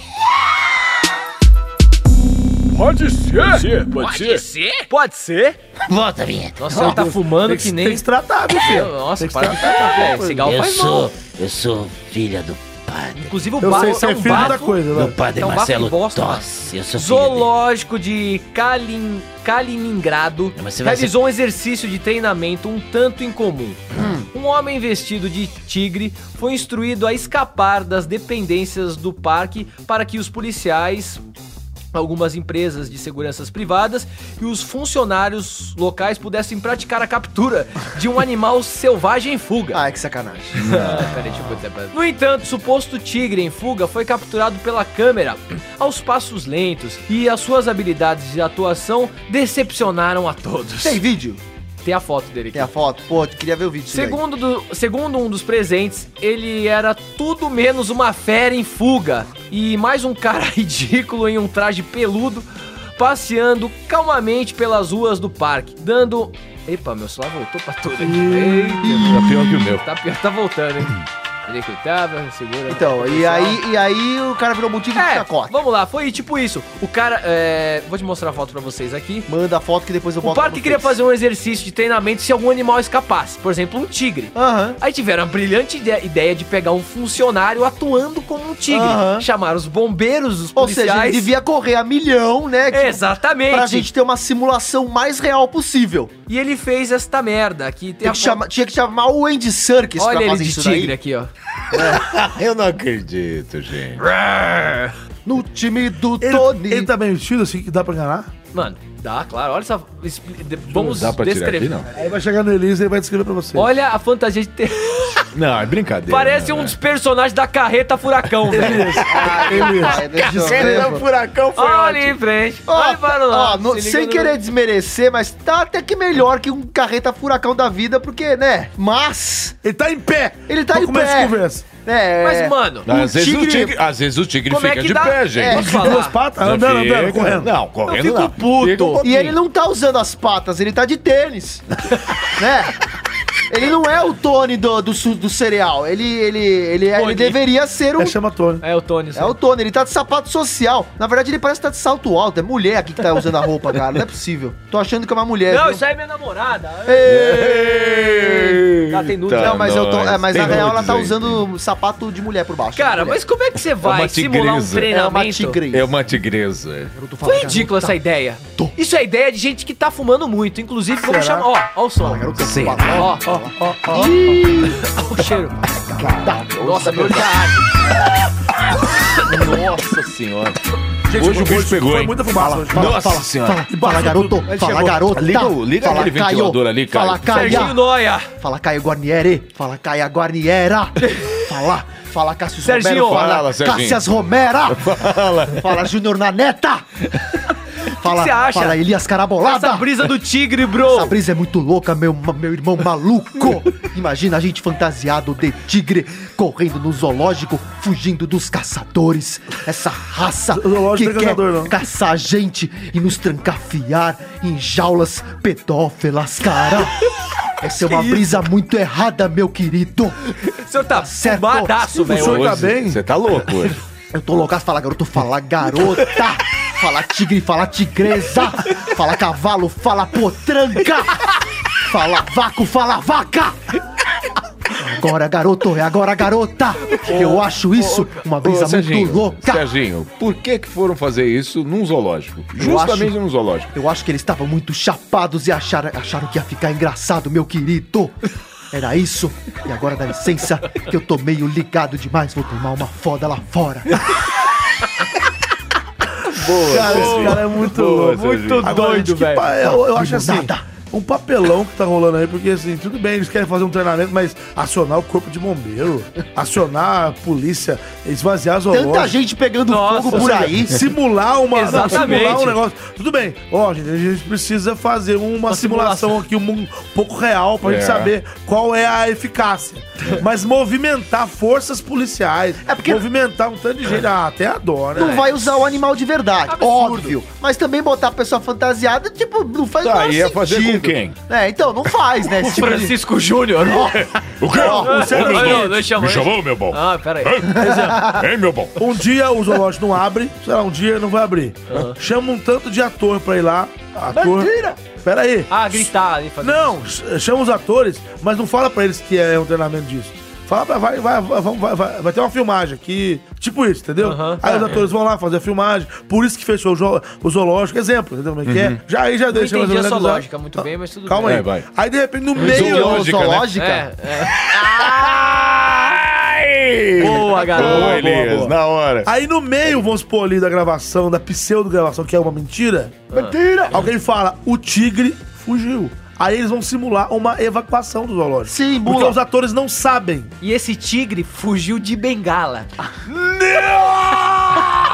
Pode ser. Pode
Pode ser?
Pode ser?
Volta, vinheta.
Nossa, ele tá fumando
Tem que,
que nem. É,
tem que se tratar, meu filho.
Nossa,
Tem que
para
se
de fumar, velho.
pô.
Cigarro
Eu
faz mal.
sou, eu sou filha do padre.
Inclusive o
Eu sei,
bafo
você
tá
é
um
filho da
bafo.
coisa,
Do
velho.
padre
É um
Então vá
Marcelo
que bosta,
Tosse. Eu sou filha dele.
Zoológico de Kalin- Kaliningrado
É, Mas você vai
realizou um exercício de treinamento um tanto incomum.
Hum.
Um homem vestido de tigre foi instruído a escapar das dependências do parque para que os policiais, algumas empresas de seguranças privadas e os funcionários locais pudessem praticar a captura de um animal selvagem em fuga.
Ah, que sacanagem.
No entanto, o suposto tigre em fuga foi capturado pela câmera aos passos lentos e as suas habilidades de atuação decepcionaram a todos.
Tem vídeo?
Tem a foto dele aqui.
Tem a foto? Pô, eu queria ver o vídeo. disso daí.
Segundo, do- segundo um dos presentes, ele era tudo menos uma fera em fuga e mais um cara ridículo em um traje peludo passeando calmamente pelas ruas do parque, dando. Epa, meu celular voltou pra tudo aqui. Eita,
Tá pior que o meu.
tá, pior- tá voltando, hein? Ele coitava, segura.
Então, e aí, e aí o cara virou motivo de
É,
chacota.
vamos lá, foi tipo isso. O cara. é, Vou te mostrar a foto pra vocês aqui.
Manda a foto que depois eu
O
boto
parque
no
queria
Face.
fazer um exercício de treinamento se algum animal escapasse. Por exemplo, um tigre.
Aham.
Aí tiveram a brilhante ide- ideia de pegar um funcionário atuando como um tigre.
Aham.
Chamaram os bombeiros, os
Ou seja, ele
policiais. É,
devia correr a milhão, né? que-
Exatamente.
Pra gente ter uma simulação mais real possível.
E ele fez esta merda aqui. Tem
Tem
a
que
foto-
chama- tinha que chamar o Andy Serkis
Olha
pra
ele
fazer
de
isso
tigre
daí.
aqui, ó.
Eu não acredito, gente.
No time do
Ele,
Tony.
ele tá bem vestido assim que dá pra enganar?
Mano, dá, claro. Olha essa. expli- de- Vamos
Não dá pra tirar aqui,
descrever.
não.
Aí vai chegar no Elisa e vai descrever pra você.
Olha a fantasia de ter.
Não, é brincadeira.
Parece
né,
um dos personagens da carreta furacão, velho.
Ah, deixa eu ver, mano.
furacão
Olha ali em frente.
Ó,
Olha para lá.
ó, no-
Se liga
sem
no-
querer desmerecer, mas tá até que melhor que um carreta furacão da vida, porque, né? Mas
Ele tá em pé.
ele tá
Não
em
começa
pé.
a conversa.
É,
Mas, mano,
Às,
Um
vezes o
tigre-
tigre, às vezes o tigre
Como é
fica
que
de
dá?
pé,
É.
gente.
Posso
De duas
falar?
patas, andando,
Fica-
andando, correndo.
Não, correndo
Eu fico
não.
puto.
Fica um
E
pouquinho.
ele não tá usando as patas, ele tá de tênis. né? Ele não é o Tony do, do, su- do cereal. Ele, ele, ele, é- ele
Tony.
deveria ser o.
É, chama Tony.
É o Tony.
É o Tony, ele tá de sapato social. Na verdade, ele parece que tá de salto alto. É mulher aqui que tá usando a roupa, cara. Não é possível. Tô achando que é uma mulher.
Não,
viu?
isso aí é minha namorada.
Eita,
Ah, tem nude.
Não, mas, eu tô,
nós.
é, mas
Tem
na real ela
nudes
tá
aí.
usando sapato de mulher por baixo.
Cara,
Mulher.
mas como é que você vai
uma
simular um
tigresa.
é uma
treinamento?
tigresa.
É uma tigresa.
Foi ridícula essa ideia. Isso é ideia de gente que tá fumando muito. Inclusive, vamos chamar. Ó, ó o som. Será? Ó, ó, ó, ó. Ih, ó o cheiro. Nossa, meu Deus.
Nossa senhora. hoje o bicho pegou,
Foi
hein?
muita fumaça hoje.
Nossa senhora.
Fala, fala garoto, Tá. fala garota.
Liga o- liga
fala,
aquele ventilador ali, Caio.
Fala,
Serginho
Caia.
Noia.
Fala, Caio Guarnieri. Fala, Caia Guarniera. fala, fala, Cássio
Serginho.
Romero. Fala,
Fala, Serginho.
Cássias Romera.
Fala.
Fala, Júnior Naneta. Fala,
você acha?
fala, Elias
Essa
Carabolada.
brisa do tigre, bro.
Essa brisa é muito louca, meu, meu irmão maluco. Imagina a gente fantasiado de tigre correndo no zoológico, fugindo dos caçadores. Essa raça que
Zoológico
quer
não é caçador, não.
caçar a gente e nos trancafiar em jaulas pedófilas, cara. Essa é uma
Que isso?
brisa muito errada, meu querido.
O senhor tá
certo.
fumadaço,
O
velho.
senhor tá
hoje.
bem?
Você tá louco hoje.
Eu tô loucaço, fala garoto, fala garota, fala tigre, fala tigresa, fala cavalo, fala potranca, fala vaco, fala vaca. Agora, garoto, é agora, garota. Eu acho isso uma brisa
Ô,
é muito louca.
Serginho, por que que foram fazer isso num zoológico?
Eu
Justamente
acho-
num zoológico.
Eu acho que eles estavam muito chapados e acharam, acharam que ia ficar engraçado, meu querido. Era isso. E agora dá licença, que eu tô meio ligado demais. Vou tomar uma foda lá fora.
Boa, cara, esse
Serginho.
cara é muito,
Boa,
muito
Serginho. Agora,
doido,
de que
velho.
pa-
Eu, eu acho assim,
Nada.
um papelão que tá rolando aí, porque assim, tudo bem, eles querem fazer um treinamento, mas acionar o corpo de bombeiro, acionar a polícia, esvaziar as
Tanta gente pegando fogo por aí.
Simular uma. não,
Exatamente.
simular um negócio. Tudo bem. Ó, gente, a gente precisa fazer uma, simulação, aqui, um, um pouco real, pra
É.
gente saber qual é a eficácia. Mas movimentar forças policiais. É porque. Movimentar um tanto de gente. Ah, até adora.
Não vai usar o animal de verdade, óbvio. Mas também botar a pessoa fantasiada, tipo, não faz
Tá,
nada.
ia fazer com quem?
É, então, não faz, né? esse tipo de-
Júnior.
O quê?
Ó,
Ô,
Sérgio
meu
Moro.
bom,
Não, deixa eu
Me
ver.
chamou, meu bom?
Ah, peraí.
Ah.
Hein, meu bom?
Um dia o zoológico não abre, sei lá, um dia não vai abrir. Chama um tanto de ator pra ir lá. Ator.
Mentira!
Pera aí.
Ah, gritar ali, fazer
Não, ch- chama os atores, mas não fala pra eles que é um treinamento disso. Fala pra. Vai, vai, vai, vamos- vai, vai, vai ter uma filmagem aqui. Tipo isso, entendeu? Aí
É.
os atores vão lá fazer a filmagem. Por isso que fechou o, zo- o zoológico. Exemplo, entendeu como é que
Uhum.
é? Já aí já
Não
deixa
entendi a sua
usar.
lógica muito bem, mas tudo
Tá. Calma
bem.
aí.
vai.
Aí de repente no meio.
Zoológica, né? É, Boa, garoto.
Boa,
Boa,
Elias,
boa.
na hora.
Aí no meio, vamos supor ali da gravação, da pseudo-gravação, que é uma mentira.
Ah.
Mentira! Alguém fala, o tigre fugiu. Aí eles vão simular uma evacuação do zoológico. Sim, Porque
bula.
os atores não sabem.
E esse tigre fugiu de bengala.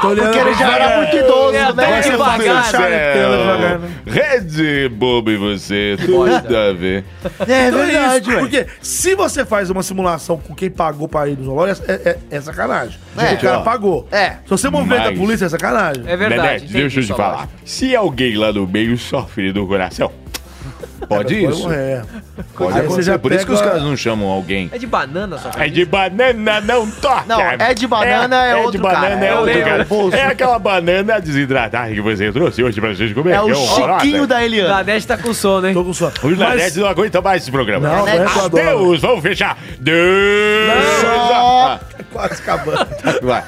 Tô olhando
Porque ele já
devagar.
era muito idoso,
É,
né?
até
Você
devagar,
fazendo
cara, tela devagar, né?
Red Bobo e você, tudo a ver.
É
Então
verdade,
isso,
Porque se você faz uma simulação com quem pagou pra ir no zoológico, é, é- é sacanagem.
É.
o cara
Ó.
pagou. É. Se você movimenta
Mas-
a polícia, é sacanagem.
Nenete, deixa eu te falar. Se alguém lá no meio sofre do coração, pode
Pode
isso.
morrer. é.
Pode
Aí você
acontecer.
já
Por isso que os
pega- um
caras não chamam alguém.
É de banana só.
É de banana, não toca!
Não, é de banana, é outro
de banana,
cara.
É,
É o
outro
Leo
cara.
Bolso.
É aquela banana desidratada que você trouxe hoje pra gente comer.
É o
que horrorosa.
Chiquinho da
Eliana.
O Nanete tá com sono, hein? Tô
com sono.
Os Nanete não aguentam mais esse programa.
Não,
é
Nanete. eu adoro.
Adeus, vamos fechar. Deus!
Só- Quase acabando.
Vai.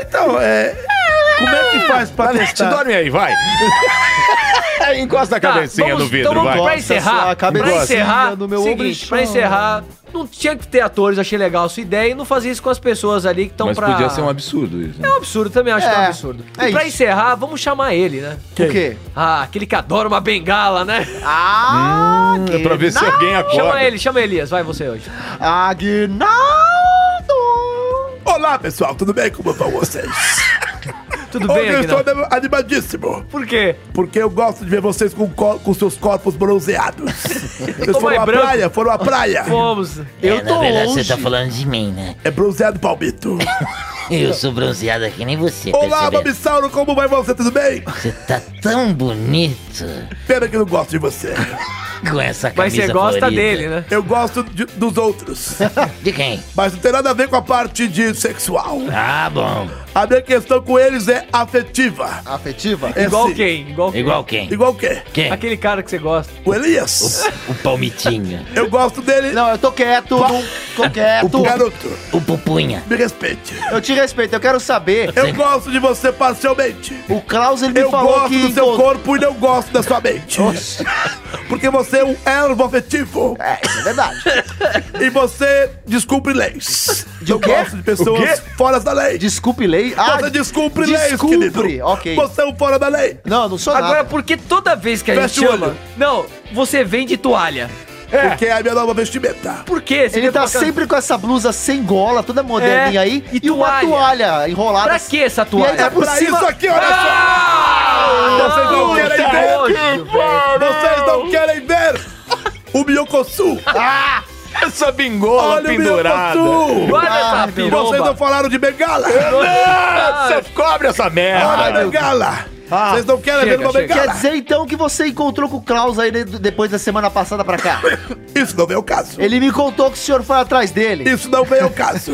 Então, é. Como é que faz pra
Nanete,
testar?
dorme aí, vai. Tá, Encosta a cabecinha no vidro,
então vamos
vai.
Pra encerrar,
Encosta a
pra
cabecinha
encerrar,
no meu
seguinte,
ombro.
pra encerrar, não tinha que ter atores, achei legal a sua ideia, e não fazer isso com as pessoas ali que estão
Mas
pra...
podia ser um absurdo isso.
É um absurdo, também acho que é um absurdo.
é
e pra
isso.
encerrar, vamos chamar ele, né?
Quem? O quê?
Ah, aquele que adora uma bengala, né?
Ah!
é pra ver se Aguinaldo! alguém acorda.
Chama ele, chama Elias, vai você hoje.
Aguinaldo!
Olá, pessoal, tudo bem? Como vão vocês?
Tudo
Hoje
bem, né?
eu estou
Aguinaldo?
animadíssimo.
Por quê?
Porque eu gosto de ver vocês com, co- com seus corpos bronzeados. Vocês
Como é
foram à
branco?
praia? Foram à praia?
Fomos.
Eu tô É, na verdade, você tá falando de mim, né?
É bronzeado, palmito.
Eu sou bronzeado aqui, nem você,
Olá,
percebeu?
Mamissauro, como vai você? Tudo bem?
Você tá tão bonito
Pena que eu não gosto de você.
com essa camisa
Mas você gosta
florida.
dele, né? Eu gosto de- dos outros.
De quem?
Mas não tem nada a ver com a parte de sexual.
Ah, bom.
A minha questão com eles é afetiva. É
Afetiva?
É assim.
Igual quem? Igual quem?
Igual quem?
Igual quem?
Quem?
Aquele cara que você gosta.
O Elias.
O palmitinho.
Eu gosto dele.
Não, é eu tô quieto, não, tô quieto.
O garoto.
O pupunha.
Me respeite.
Eu te respeito, eu quero saber.
Eu gosto de você parcialmente.
O Klaus, ele me
eu
falou
gosto
que
do seu
encont-
corpo e não gosto da sua mente. Porque você é um ervo afetivo.
É, isso é verdade.
E você descumpre leis. eu
quê?
gosto de pessoas
O quê?
fora da lei.
Desculpe lei. Ah,
você descumpre, leis,
Desculpe,
querido.
ok.
Você é um fora da lei.
Não, não sou
Agora,
Tá nada.
por que toda vez que a
Fecha
gente
o
chama...
olho.
Não, você vem de toalha.
É. Porque é a minha nova vestimenta.
Por quê? Você
Ele
quer
tá
colocar-
sempre com essa blusa sem gola, toda moderninha
É,
aí,
e
e, uma
toalha.
toalha enrolada.
Pra que essa
E
toalha?
ainda por
pra
cima...
isso aqui, olha só!
Ah,
Vocês não
puta
é
querem ver!
ódio, velho.
Vocês não querem ver! O Miocossu!
Ah! Essa bingola
Olha o
pendurada.
Miocossu!
Olha essa piromba.
Vocês não falaram de bengala?
Nossa, cobre essa merda.
Olha a bengala!
Ah.
Vocês não querem ver uma bengala?
Quer dizer então que você encontrou com o Klaus aí de- depois da semana passada pra cá?
Isso não é o caso.
Ele me contou que o senhor foi atrás dele. É.
Isso não veio ao caso.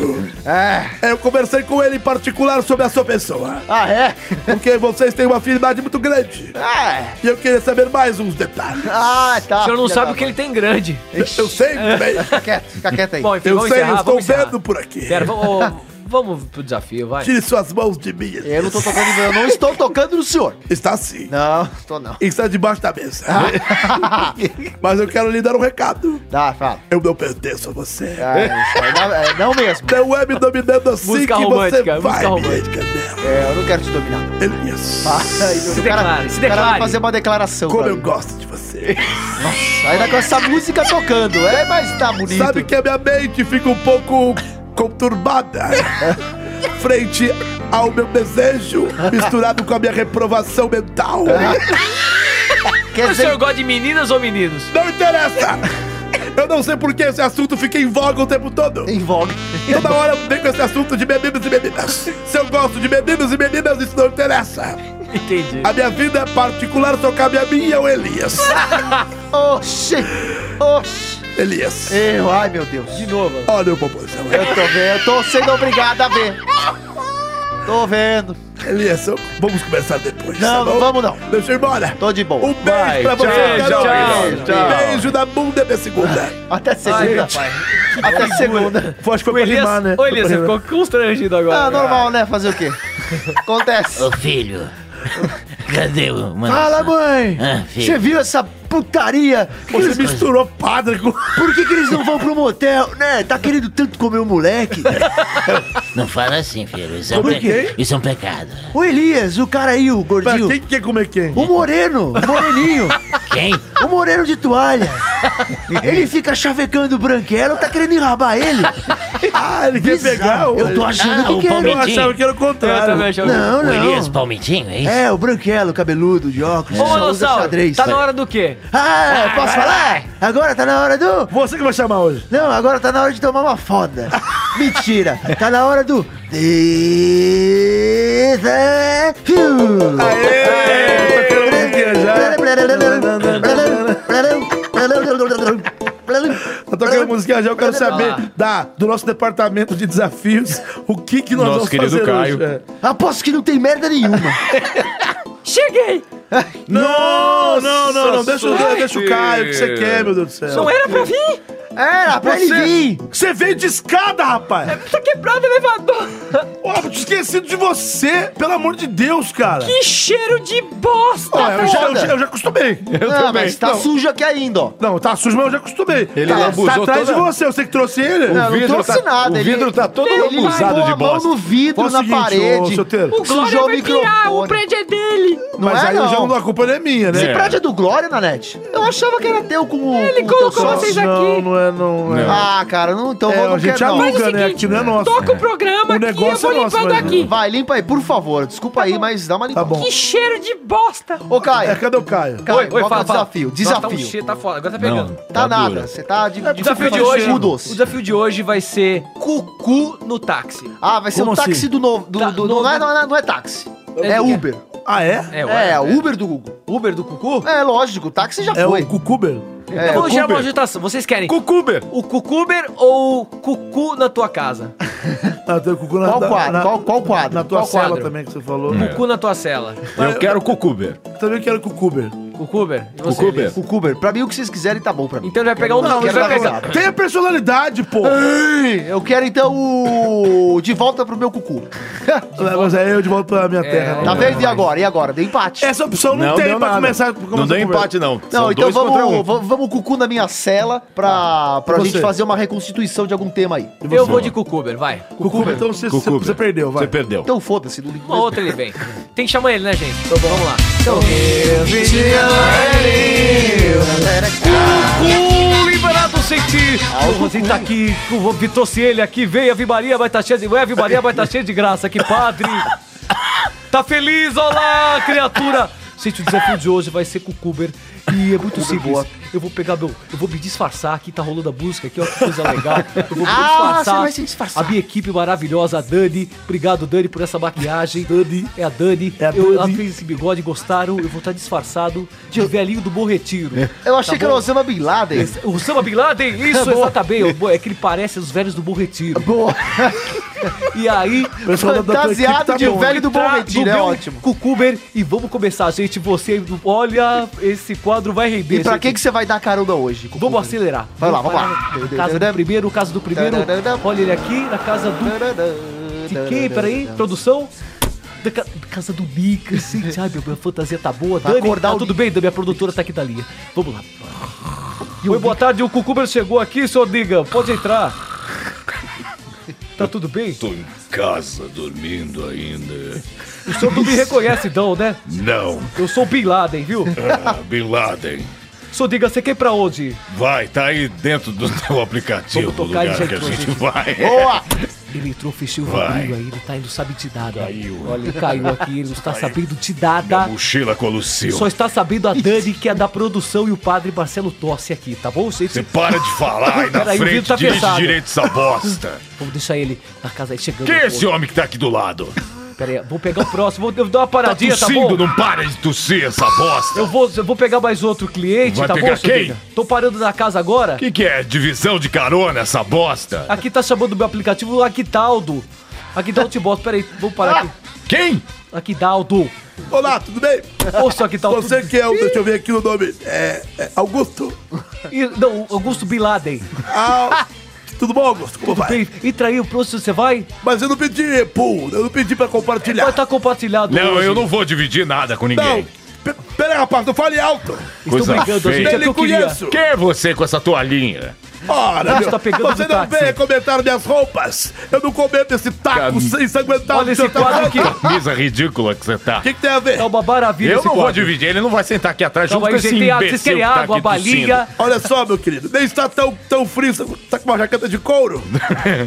Eu conversei com ele em particular sobre a sua pessoa.
Ah, é?
Porque vocês têm uma afinidade muito grande.
É.
E eu queria saber mais uns detalhes.
Ah, tá.
O senhor não sabe o que é ele tem grande.
Eu sei, bem.
Fica quieto, fica quieto aí.
Bom, enfim,
eu
vamos
sei, eu
encerrar,
estou
vamos encerrar.
vendo por aqui.
Pera, vamos, ô, vamos pro desafio, vai.
Tire suas mãos de mim.
Eu não tô tocando, em- eu não estou tocando no senhor.
Está sim.
Não, tô não.
Está debaixo da mesa. Mas eu quero lhe dar um recado.
Tá, fala.
Eu não pertenço a você.
Ah, isso aí não, é, não mesmo.
Não é me dominando assim
Música
que
romântica,
você
música
vai
romântica. Ah.
me enganar.
É, eu não quero te dominar.
Ele- Isso.
Ai,
Se
o cara-
declare, se
o cara vai
declare.
fazer uma declaração.
Como
pra
eu
mim.
gosto de você.
Ainda com essa música tocando. É, mas tá bonito.
Sabe que a minha mente fica um pouco conturbada frente ao meu desejo misturado com a minha reprovação mental.
Quer
é O senhor
dizer,
gosta de meninas ou meninos?
Não interessa! Eu não sei por que esse assunto fica em voga o tempo todo.
em voga.
Toda hora eu venho com esse assunto de meninos e meninas. Se eu gosto de meninos e meninas, isso não interessa.
Entendi.
A minha vida é particular só cabe a mim e ao Elias.
Oxi. Oxi.
Elias,
Eu, ai, meu Deus.
De novo.
olha o popozão.
Eu tô vendo, eu tô sendo obrigado a ver. Tô vendo.
Elias, eu- vamos conversar depois. tá
Não, não
bom?
vamos não.
Deixa eu ir embora.
Tô de boa.
Um beijo pra você,
tchau,
Carol.
tchau.
Beijo na bunda da segunda.
Até
Ai,
segunda,
gente.
pai. Até segunda.
Foi, acho que
O Elias,
né?
ô, Elias, você ficou constrangido agora.
Ah, normal, né? Fazer o quê? Acontece.
Ô filho, cadê o mano?
Fala, mãe.
Ah,
Você
filho.
viu essa putaria? Por
Você misturou padre com...
que, que eles não vão pro motel, né? Tá querendo tanto comer o moleque.
Não fala assim, filho. Isso é, um
Como é
pe...
que é?
Isso é um pecado.
Ô, Elias, o cara aí, o
Pra
gordinho.
Tá, quem quer comer quem?
O moreno, o moreninho,
Quem?
o moreno de toalha. Ele fica chavecando o branquelo, tá querendo enrabar ele.
Ah, ele quer
Bizarro.
pegar o...
Eu tô achando
Ah,
que
o
quero.
Eu
Palmeiras.
achava que era o
Eu
contrário.
também achava.
Não,
O Elias
não.
Palmitinho, é isso?
É, o branquelo, cabeludo, de óculos,
É.
Ô,
só usa
Manossauro,
xadrez.
tá na hora do quê?
Ah, posso falar? Agora tá na hora do...
Você que vai chamar hoje.
Não, agora tá na hora de tomar uma foda. Mentira, tá na hora do...
Aê! tá Tocando a
Desafio.
musiquinha já. Tá tocando a musiquinha já, eu quero saber da, do nosso departamento de desafios o que, que nós
Nosso
vamos
querido
fazer
Caio.
hoje. É.
Aposto que não tem merda nenhuma.
Cheguei!
Não, não, não, não. Deixa, o- deixa o Caio, o que você quer, meu Deus do céu.
Não era pra vir?
Era pra ele vir.
É, Você veio de escada, rapaz!
Tá quebrado o
né,
elevador!
Ó, eu tinha esquecido de você, pelo amor de Deus, cara!
Que cheiro de bosta!
Ó, eu, já, eu,
foda.
já, eu já acostumei. Eu
não, mas tá
não,
sujo aqui ainda, ó.
não, tá sujo, mas eu já acostumei.
Ele
tá,
lambuzou
tá atrás de
toda-
você, você que trouxe ele.
Não, não trouxe
tá-
nada.
o
ele-
vidro tá todo
ele
lambuzado
largou
de
a mão
bosta.
no vidro,
Faz o
na
seguinte, ô,
parede.
seu Teiro.
O Glória
Sujou o
vai pirar,
microfone.
o prédio é dele!
Não
Mas
é,
aí eu
não.
já não, a culpa não é minha, né?
Esse
É.
prédio é do Glória, Nanete? Eu achava que era teu com o.
Ele
com o teu
colocou
sócio.
vocês
Não,
aqui.
não é, não é.
Ah, cara, não, então
É,
vou, não
a gente
quero, não.
aluga.
Faz o
né? Aqui não é nosso.
Toca o programa
O
aqui eu
negócio
vou
é nosso,
limpando
mas-
aqui.
Vai, limpa aí, por favor. Desculpa aí, mas dá uma limpa.
Tá bom.
Que cheiro de bosta!
Ô,
É,
Caio,
cadê o Caio?
Caio,
Tá, oi, oi,
qual que é
fala, fala.
o desafio?
Nossa, tá um
Desafio.
cheiro, tá foda, agora tá pegando.
Tá nada,
dura.
você tá de,
O desafio de hoje,
fazendo
o
doce.
desafio de hoje vai ser cucu no táxi.
Ah, vai ser
Como
um táxi
assim?
do novo. Do,
Tá,
do-
no-
não, é, não, é, não é táxi.
É
É,
do quê?
Uber.
Ah, é?
É,
É,
ué,
é, Uber do Google.
Uber do cucu?
É, lógico, o táxi já
É
foi.
o Cucuber?
É,
Vamos gerar
Cucuber.
uma agitação. Vocês querem
Cucuber.
o cucuber ou o cucu na tua casa?
Ah, tem o Cucu na,
Qual
na-
quadro?
na-
qual, qual quadro?
na tua
qual
cela
quadro?
também que você falou.
É.
Cucu na tua cela.
Eu quero cucuber.
Também quero Cucuber.
Cucuber? E você,
Cucuber.
Elias?
O Uber, pra mim o que vocês quiserem tá bom pra mim.
Então ele vai pegar um
Não,
não, ele
ele
vai
tá
pegar.
usado.
Tem a personalidade, pô!
Eu quero então o. De volta pro meu cucu.
Mas aí eu de volta pra minha terra.
Tá
né?
vendo? E agora? E agora? Deu empate.
Essa opção não, tem
deu
pra
nada.
começar. pra
Não
começar
deu
a conversa.
empate, não.
Não,
São
então
dois
vamos,
contra um.
vamos, vamos cucu na minha cela pra, pra
E
gente
você?
fazer uma reconstituição de algum tema aí.
Eu vou de cucuber, vai.
Cucuber, então você, você-
Cucuber.
você perdeu, vai.
Você perdeu.
Então foda-se, não ligo
Uma
mesmo.
outra ele vem. Tem que chamar ele, né, gente? Então vamos lá. Cucu, liberado sentir. O Rosinho tá aqui, o Vitor ele aqui, veio, a Vimaria vai estar cheia de. Ué, a Vimaria vai estar cheia de graça, que padre! Tá feliz, olá, criatura! Gente, o desafio de hoje vai ser com o Cuber e é muito simples. eu vou pegar meu. Eu vou me disfarçar aqui, tá rolando a música aqui, ó, que coisa legal. Eu vou me
Ah,
disfarçar.
você vai se disfarçar.
A minha equipe maravilhosa, a Dani. Obrigado, Dani, por essa maquiagem. Dani, é a Dani. É a Eu, ela fez esse bigode, gostaram. Eu vou estar disfarçado de velhinho do Bom Retiro.
Eu achei que era o
tá bom?
Osama Bin Laden.
Esse- O Osama Bin Laden, isso,
Tá bom.
exatamente. É que ele parece os velhos do Bom Retiro.
Boa.
E aí,
Pessoal da- da tua equipe tá bom. Tá, do
é
meu
ótimo. Cucuber, e vamos começar, gente. Você, olha, esse quadro vai render.
E pra que que você vai dar carona hoje?
Vamos assim. acelerar.
Vai lá, vamos
parar.
lá.
Casa do primeiro, casa do primeiro. Olha ele aqui, na casa do... De quem? Peraí, produção. Da ca- casa do Nick, assim, sabe? Minha fantasia tá boa.
Vai
Dani,
acordar
tá
o
tudo bem, Dani? A produtora tá aqui da linha. Vamos lá. Oi, boa tarde. O Cucuber chegou aqui, senhor Diga. Pode entrar. Tá tudo bem?
Tô em casa dormindo ainda.
O senhor não me reconhece, então, né?
Não.
Eu sou o Bin Laden, viu?
Ah, Bin Laden.
Só diga, você quer ir pra onde?
Vai, tá aí dentro do teu aplicativo do
Vamos tocar,
lugar
ele já
que a
entrou,
gente
gente.
vai.
Ele entrou, fechou o
Vai.
vidrinho aí, ele tá indo, sabe, de nada.
Caiu.
Olha, ele caiu aqui, ele não está sabendo de nada.
Mochila colucil.
Só está sabendo a Dani, que é da produção, e o padre Marcelo Tosse aqui, tá bom? Você,
Para de falar aí na
Peraí, o vidro
frente,
tá
dirige
fechado.
direito essa bosta.
Vamos deixar ele na casa aí, chegando.
Quem é esse homem que tá aqui do lado?
Pera aí, vou pegar o próximo, vou dar uma
Tá
paradinha, tá,
tossindo,
bom?
não para de tossir essa bosta.
Eu vou, eu vou pegar mais outro cliente,
Vai
tá
pegar
bom, seu
quem?
Diga? Tô parando na casa agora.
O que, que é? Divisão de carona essa bosta?
Aqui tá chamando o meu aplicativo Aquidaldo. Aquidaldo te bota, peraí, vamos parar aqui.
Ah! Quem?
Aquidaldo.
Olá, tudo bem?
Ô, só Aquidaldo.
Você que é o. Deixa eu ver aqui o nome. É. é Augusto.
Ih, Não, Augusto Bin Laden.
Ah, tudo bom, Augusto? Como
Tudo
vai?
bem? Entra aí, o próximo você vai?
Mas eu não pedi, pô. Eu não pedi pra compartilhar.
Vai estar compartilhado
Ah! Não,
hoje.
eu não vou dividir nada com
Não.
tá ninguém.
pe- Pera aí, rapaz, não fale alto.
Coisa
brigando,
feia.
gente, é o que eu queria.
Quem é você com essa toalhinha?
Ora,
Você
meu,
tá pegando
você
do
não
táxi.
vem comentar minhas roupas. Eu não comento esse taco sem ensanguentado.
Olha
que
esse
você tá
quadro aqui.
fazendo.
Ah!
Camisa ridícula que você tá.
O que, que tem a ver?
É uma maravilha
eu não
esse
vou
quadro.
dividir, ele não vai sentar aqui atrás
Então
junto
aí,
com esse
gente, tem água,
imbecil
vocês querem
que tá
água,
aqui
balinha?
tossindo.
Olha só, meu querido, nem está tão, tão frio, você tá com uma jaqueta de couro.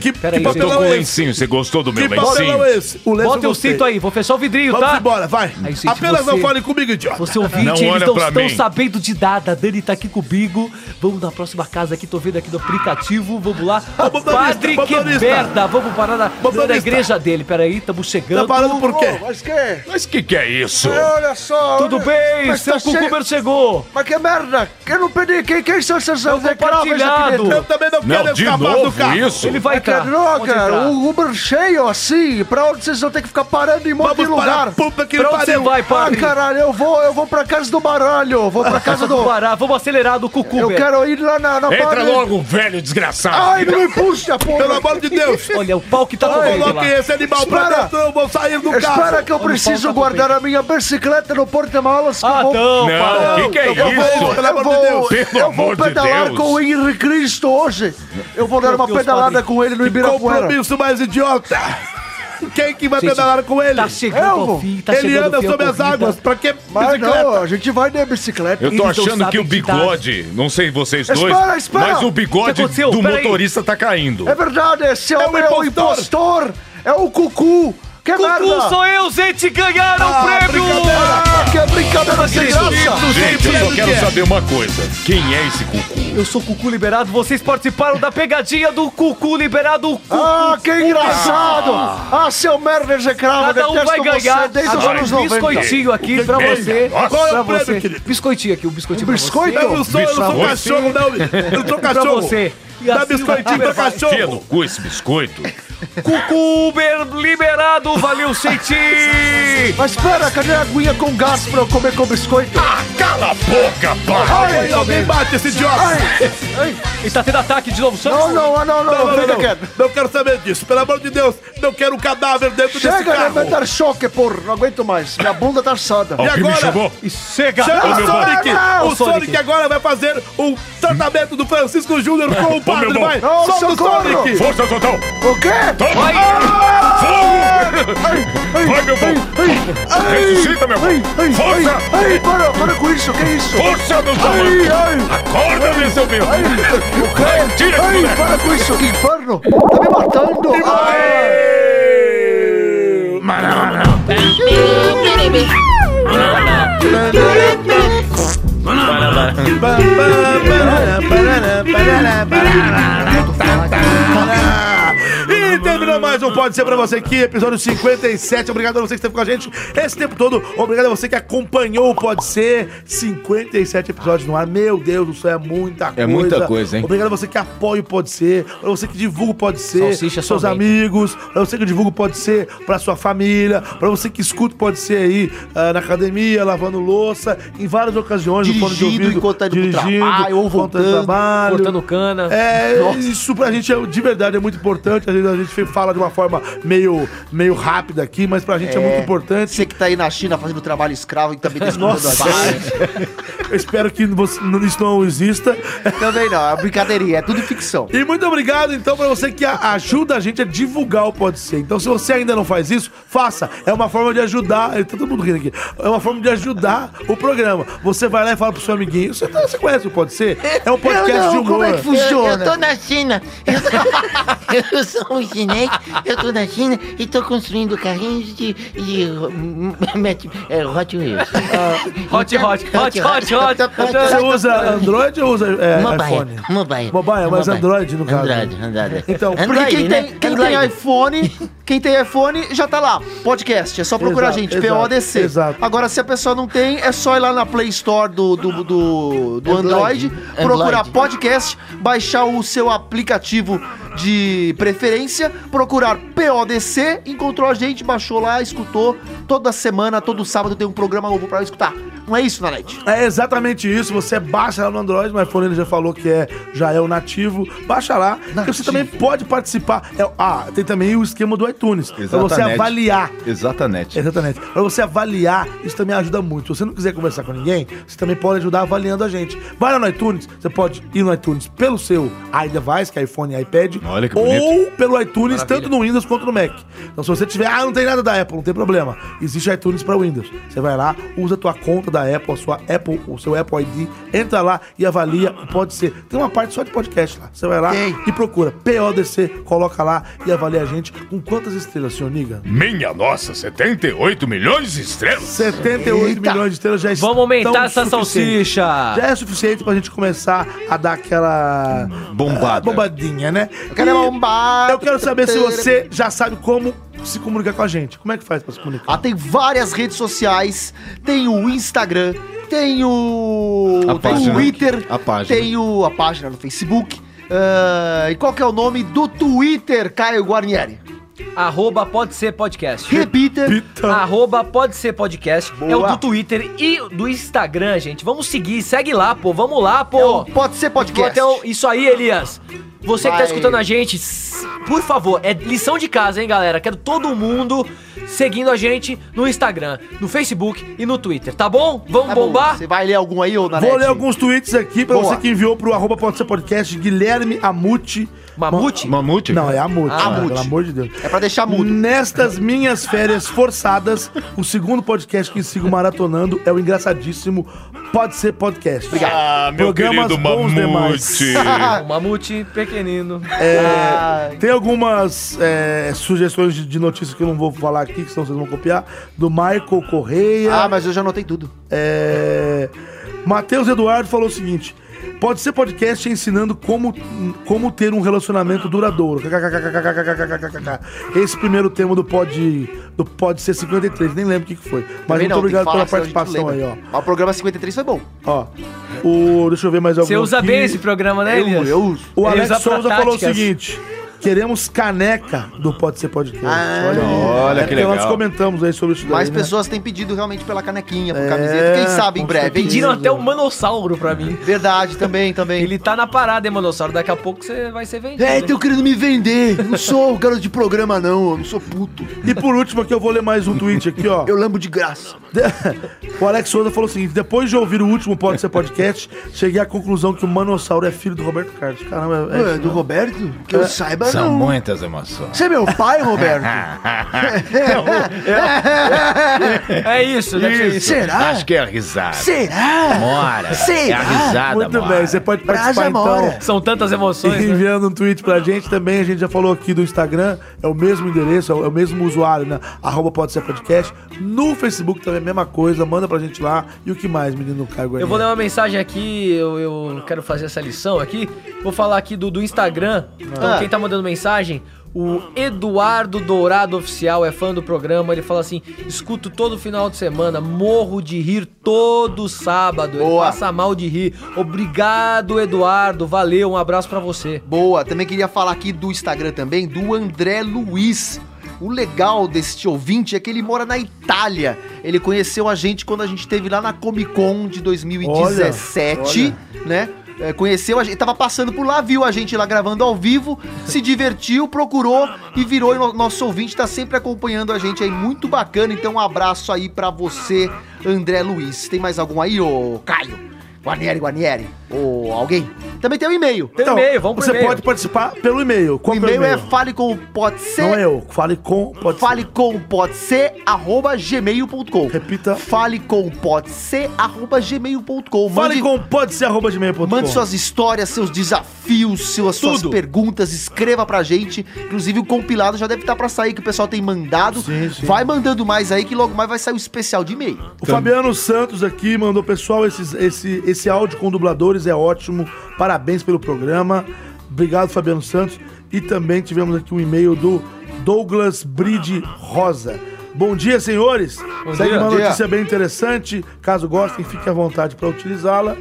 Que, que
Eu tô com
papelão é esse?
lencinho, você gostou do meu
Que papelão
lencinho?
é esse? O lenço
Bota
eu
o
gostei.
cinto aí, vou fechar o vidrinho,
Vamos
tá?
embora, vai.
Aí, gente,
Apenas não
você-
fale comigo, idiota.
Você ouvinte,
Não
eles
olha
não
pra
estão
mim.
sabendo de nada. A Dani tá aqui comigo. Vamos na próxima casa aqui, tô vendo aqui no aplicativo. Vamos lá. O
Vamos na lista,
padre,
vamos
que
na lista.
merda. Vamos parar na,
Vamos na
na
lista.
igreja dele. Peraí, tamo chegando.
Tá parando por quê?
Oh, Mas que...
Mas que que é isso?
Olha só...
Tudo
olha-
bem,
mas
seu
tá cheio-
cucumber chegou.
Mas que merda! Eu não pedi! Quem, quem são é esses
compartilhado.
Eu também não quero
Não, de
escapar do
novo
carro.
isso?
Ele vai
É
Mas É que
entrar. Pode entrar.
droga! O Uber cheio assim! Pra onde vocês vão ter que ficar parando em um monte de
Vamos para a
lugar?
puta que
Pra onde
pariu.
você vai,
Ah,
padre?
caralho, eu vou, eu vou pra casa do baralho! Vou pra casa do.
Parar, vamos acelerar do cucumber.
Eu quero ir lá na, na
Entra
barra-
logo, velho desgraçado.
Ai, não me puxa, porra!
Pelo amor de Deus.
Olha, o pau que tá
Ai,
comendo lá.
Coloquem esse animal pra
Espera.
dentro, eu vou sair do
Espera
carro.
que eu
Olha o
preciso
pau tá
guardar a minha bicicleta no porta-malas que
Ah,
eu vou...
não,
Não,
para.
que que é
eu vou,
isso?
pelo
eu
amor de
vou,
Deus. Pelo
eu vou
amor de
pedalar
Deus.
com o Henrique Cristo hoje. Eu vou dar
Meu
uma
Deus,
pedalada
padre.
com ele no
Que
Ibirapuera.
compromisso mais idiota. Quem que vai
Gente,
pedalar com ele?
Tá chegando
Eu
ao
vou.
fim, tá
ele
chegando
anda
ao fim a
sobre as
corrida.
águas. Pra que
Mas
bicicleta?
não, a gente vai de bicicleta.
Eu tô
Eles não
achando que o
sabem de idade.
bigode, não sei vocês dois,
Espera, espera.
mas o
O que
bigode
aconteceu?
do
Pera aí.
motorista tá caindo.
É verdade, esse
o
homem é o
impostor.
impostor. É o Cucu. Que merda.
Cucu sou eu, gente,
É
ganharam o prêmio!
Ah, que brincadeira sem graça.
Gente, eu só
é.
quero saber uma coisa. Quem é esse cucu?
Eu sou o Cucu Liberado, vocês participaram da pegadinha do Cucu Liberado.
Ah, que engraçado. Ah, seu merda execrável.
Cada um vai
detesto você
ganhar
desde os
agora
anos
um
90.
biscoitinho aqui pra
Eita,
você.
nossa.
Qual é o
Pra
prêmio,
você.
querido?
Biscoitinho aqui, um biscoitinho pra
biscoito?
você.
Eu não sou, eu não sou
Biscoito.
cachorro, não. Eu não sou
Pra
cachorro.
você. E
Dá
assim o
biscoitinho pra
Cucuber vai-
Fia no
cachorro.
cu esse biscoito?
Cucu Liberado, valeu, gente!
Mas pera, cadê a aguinha com gás pra eu comer com biscoito?
Ah, cala a boca, pá!
Ai,
Aí, alguém bate esse idiota.
E tá tendo ataque de novo, só
Não, não, não,
Não,
não,
não,
não, fica
não,
quieto.
não quero saber disso. Pelo amor de Deus, não quero um cadáver dentro desse
Chega tá
carro.
de me dar choque, porra. Não aguento mais. Minha bunda tá assada.
Ó, o que me
agora?
chegou?
E chega!
Chama
Ô,
o
meu
Sonic!
padre.
O Sonic.
Sonic.
agora vai fazer o tratamento do Francisco Júnior com o padre,
meu
vai!
bom.
Solta o
Socorro.
Sonic!
Força total!
O quê?
Toma! Tá Fogo! Vai, meu bom! Ressuscita, meu
Ai,
bom!
ai,
Força!
ai, ai, para, para com isso, que é isso?
Força, meu
Ai,
tamanho!
ai,
Acorda, meu seu meu!
ai, o quê?
Tira esse
Ai,
moleque!
para com isso, que inferno! Tá me matando! Ai,
Biribi.
E terminou mais um Pode Ser Pra Você aqui, episódio 57. Obrigado a você que esteve com a gente esse tempo todo. Obrigado a você que acompanhou o Pode Ser. 57 episódios no ar. Meu Deus do céu, é muita coisa.
muita coisa, hein?
Obrigado a você que apoia o Pode Ser, pra você que divulga o Pode Ser,
Salsicha
seus
somente.
amigos, pra você que divulga o Pode Ser pra sua família, pra você que escuta o Pode Ser aí ah, na academia, lavando louça, em várias ocasiões, no fone de
Dirigindo,
ouvido,
enquanto tá indo pro trabalho,
enquanto tá
ou
indo pro
voltando,
trabalho.
cortando cana.
É,
Nossa.
isso pra gente é, de verdade é muito importante. Às vezes a gente fala de uma forma meio, meio rápida aqui, mas pra gente é, muito importante.
Você que tá aí na China fazendo trabalho escravo e também tá escutando
Nossa,
a gente.
eu espero que você- não- isso não exista.
Também não, é brincadeirinha, é tudo ficção.
E muito obrigado, então, pra você que a- ajuda a gente a divulgar o Pode Ser. Então, se você ainda não faz isso, faça. É uma forma de ajudar. Tá todo mundo rindo aqui. É uma forma de ajudar o programa. Você vai lá e fala pro seu amiguinho. Você, tá- você conhece o Pode Ser? É um podcast
Eu não,
de humor.
Como é que funciona? Eu, eu tô na China. Eu, tô- eu sou um chinês, eu tô na China e tô construindo carrinhos de. de hum, é, Hot Wheels.
Hot, hot, hot, hot, hot.
Você usa Android ou usa é,
Mobile,
iPhone?
Mobile.
Mobile, mas
Mobile.
Android no caso.
Android, Android.
Então,
Porque
Android,
quem,
né?
tem, quem
Android.
tem iPhone, quem tem iPhone já tá lá. Podcast, é só procurar
Exato,
a gente,
exato,
PODC.
exato.
Agora, se a pessoa não tem, é só ir lá na Play Store do, do, do, do Android,
Android.
procurar
Android.
podcast, baixar o seu aplicativo de preferência, procurar PODC, encontrou a gente, baixou lá, escutou. Toda semana, todo sábado tem um programa novo pra escutar. Não é isso, Nanete?
É exatamente isso. Você baixa lá no Android, no iPhone ele já falou que é, já é o nativo. Baixa lá. E você também pode participar. É, ah, tem também o esquema do iTunes. Pra você
Exatamente.
avaliar.
Exatamente.
Exatamente. Pra você avaliar, isso também ajuda muito. Se você não quiser conversar com ninguém, você também pode ajudar avaliando a gente. Vai lá no iTunes, você pode ir no iTunes pelo seu iDevice, que é iPhone e iPad.
Olha que bonito.
ou pelo iTunes, tanto no Windows quanto no Mac. Então, se você tiver, ah, não tem nada da Apple, não tem problema. Existe iTunes para Windows. Você vai lá, usa a tua conta da Apple, a sua Apple, o seu Apple ID, entra lá e avalia. Pode ser. Tem uma parte só de podcast lá. Você vai lá e procura PODC, coloca lá e avalia a gente com quantas estrelas, senhor Niga?
Minha nossa, 78 milhões de estrelas.
é
78 milhões de estrelas já Vamos
aumentar essa salsicha.
Já é suficiente pra gente começar a dar aquela.
Bombada.
ah, bombadinha, né?
Aquela
E
bombada.
Eu quero saber se você já sabe como se comunicar com a gente. Como é que faz pra se comunicar?
Ah, tem várias redes sociais, tem o Instagram, tem o,
A
tem o
página.
Twitter,
A página.
tem o, a página no Facebook. Ah, e qual que é o nome do Twitter, Caio Guarnieri?
Arroba pode ser podcast.
Repita.
Então,
Arroba pode ser podcast. É o
Boa.
do Twitter e do Instagram, gente. Vamos seguir, segue lá, pô. Vamos lá, pô.
pode ser podcast.
Então, isso aí, Elias. Você que
Vai.
tá escutando a gente, s- por favor, é lição de casa, hein, galera? Quero todo mundo seguindo a gente no Instagram, no Facebook e no Twitter, tá bom? Vamos
Tá bom,
bombar?
Você vai ler algum aí, ô Nanete?
Vou ler alguns tweets aqui pra
Boa.
você que enviou pro arroba pode ser podcast, Guilherme Amuti.
Mamute?
Mamute?
Não, é Amute.
Ah,
Ah,
Amute.
Pelo amor de Deus.
É pra deixar mudo.
Hum. Nestas minhas férias forçadas, o segundo podcast que sigo maratonando é o engraçadíssimo Pode Ser Podcast. Obrigado.
Ah, meu querido Mamute.
Ah.
O Um mamute pequenino.
É, tem algumas é, sugestões de, de notícias que eu não vou falar aqui, que senão vocês vão copiar. Do Michael Correia.
Ah, mas eu já anotei tudo.
É, Matheus Eduardo falou o seguinte: pode ser podcast ensinando como, como ter um relacionamento duradouro. KKKKKKKKKKKKKK. Esse primeiro tema do Pod, do pod ser 53, nem lembro o que, que foi. Mas muito
Também não, tem que
obrigado pela
falar, senão a gente
participação aí,
lembra.
ó.
Mas o programa 53 foi bom.
ó o, deixa eu ver mais algum.
Você usa
aqui.
bem esse programa, né,
Eu-
Elias?
eu uso.
O
Ele
Alex
usa pra
Souza falou o
táticas.
seguinte: queremos caneca do Pode Ser Podcast.
Ah,
aí.
olha
É
que
porque Nós
legal.
comentamos aí sobre isso daí,
Mais
né?
pessoas têm pedido realmente pela canequinha, é por camiseta. Quem sabe em
com
breve. hein?
Pediram até um manossauro pra mim.
É. Verdade, também, também.
Ele tá na parada, hein, manossauro? Daqui a pouco você vai ser vendido.
É, estão querendo me vender. Não sou garoto de programa, não. Eu não sou puto.
E por último, aqui eu vou ler mais um tweet aqui, ó.
Eu lambo de graça.
De- O Alex Souza falou o seguinte: depois de ouvir o último Pode Ser Podcast, cheguei à conclusão que o Manossauro é filho do Roberto Carlos. Caramba, é.
Ué, do Roberto? Que eu saiba,
São muitas emoções.
Você é meu pai, Roberto?
é
isso,
né,
deve ser isso.
Será?
Acho que é a risada.
Será?
Mora. É
Será?
a risada,
Muito
Mora.
bem, você pode
Brasa
participar então.
mora.
São tantas emoções,
E
né?
enviando um tweet pra gente também, a gente já falou aqui do Instagram, é o mesmo endereço, é o é o mesmo usuário, né? Arroba pode ser podcast. No Facebook também é a mesma coisa, manda pra gente lá. E o que mais, menino Caio Guarnieri?
Eu vou ler uma mensagem aqui, eu, eu quero fazer essa lição aqui. Vou falar aqui do, do Instagram. Então,
Ah.
quem tá mandando mensagem, o Eduardo Dourado Oficial é fã do programa. Ele fala assim: escuto todo final de semana, morro de rir todo sábado. Ele passa mal de rir. Obrigado, Eduardo. Valeu, um abraço pra você.
Boa, também queria falar aqui do Instagram também, do André Luiz. O legal deste ouvinte é que ele mora na Itália. Ele conheceu a gente quando a gente esteve lá na Comic Con de 2017, né? É, conheceu a gente, tava passando por lá, viu a gente lá gravando ao vivo, se divertiu, procurou e virou no- nosso ouvinte, tá sempre acompanhando a gente aí, muito bacana. Então um abraço aí pra você, André Luiz. Tem mais algum aí, ô Caio? Guarnieri, Guarnieri, ou alguém? Também tem o e-mail.
um
Tem Então, e-mail, vamos pro você e-mail. pode participar pelo e-mail. Qual
o
que é o
e-mail é
e-mail?
fale com pode ser.
Não é eu, fale com pode ser.
Fale com pode ser arroba gmail.com. Repita. Fale com pode ser arroba gmail.com.
Fale com pode ser arroba gmail.com.
Mande suas histórias, seus desafios, suas, suas
Tudo.
perguntas, escreva pra gente. Inclusive o compilado já deve estar pra sair, que o pessoal tem mandado.
Sim, sim.
Vai mandando mais aí, que logo mais vai sair o especial de e-mail.
O Fabiano Santos aqui mandou, pessoal, esses- esse, esse áudio com dubladores é ótimo. Parabéns pelo programa. Obrigado, Fabiano Santos. E também tivemos aqui um e-mail do Douglas Bride Rosa. Bom dia, senhores.
Bom
Segue
dia.
uma
Bom dia.
notícia bem interessante. Caso gostem, fiquem à vontade para utilizá-la.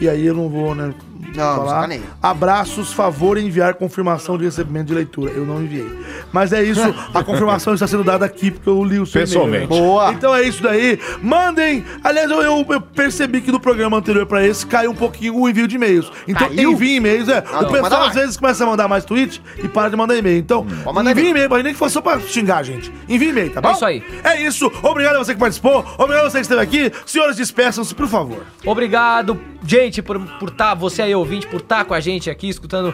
E aí eu não vou, né?
Não,
falar.
sacaneio.
Abraços, favor enviar confirmação de recebimento de leitura. Eu não enviei. Mas é isso, a confirmação está sendo dada aqui, porque eu li o seu e-mail,
Pessoalmente.
né? Então é isso daí. Mandem. Aliás, eu, eu- eu percebi que do programa anterior pra esse caiu um pouquinho o envio de e-mails. Então
Caiu?
envia e-mails, é.
Ah, não,
o
manda Hum,
pessoal
mais.
às vezes começa a mandar mais tweet e para de mandar e-mail. Então, envia e-mail, pra gente, nem que fosse só pra xingar a gente. Envia e-mail, tá bom?
É isso aí.
É isso. Obrigado a você que participou. Obrigado a você que esteve aqui. Senhores, despeçam-se, por favor.
Obrigado, gente, por estar, por tá, você aí ouvinte, por estar com a gente aqui, escutando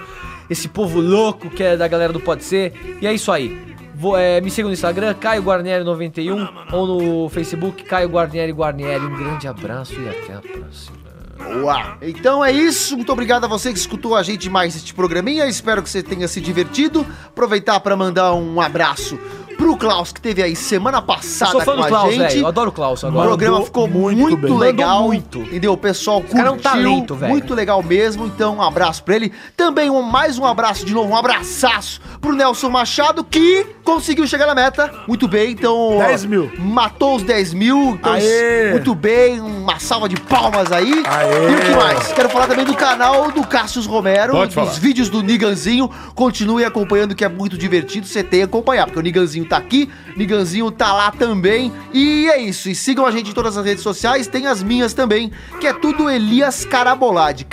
esse povo louco que é da galera do Pode Ser. E é isso aí. Vou, é, me siga no Instagram, Caio Guarnieri91, ou no Facebook, Caio Guarnieri Guarnieri. Um grande abraço e até a próxima.
Boa! Então é isso, muito obrigado a você que escutou a gente mais este programinha, espero que você tenha se divertido. Aproveitar para mandar um abraço pro Klaus que teve aí semana passada
Eu sou fã
com
do
a
Klaus,
gente.
velho, eu adoro o Klaus agora.
O programa
Mandou
ficou
muito
muito,
bem.
legal,
Mandou
muito. entendeu? O pessoal curtiu,
cara é um talento, velho.
muito legal mesmo. Então um abraço para ele. Também um, mais um abraço de novo, um abraçaço pro Nelson Machado que conseguiu chegar na meta. Muito bem, então
10 mil.
Matou os 10 mil. Então,
Aê!
muito bem, uma salva de palmas aí. E o que mais? Quero falar também do canal do Cassius Romero,
Pode
dos
falar.
vídeos do Niganzinho. Continue acompanhando, que é muito divertido. Você tem que acompanhar, porque o Niganzinho tá aqui, Niganzinho tá lá também. E é isso. E sigam a gente em todas as redes sociais, tem as minhas também, que é tudo Elias Carabolade.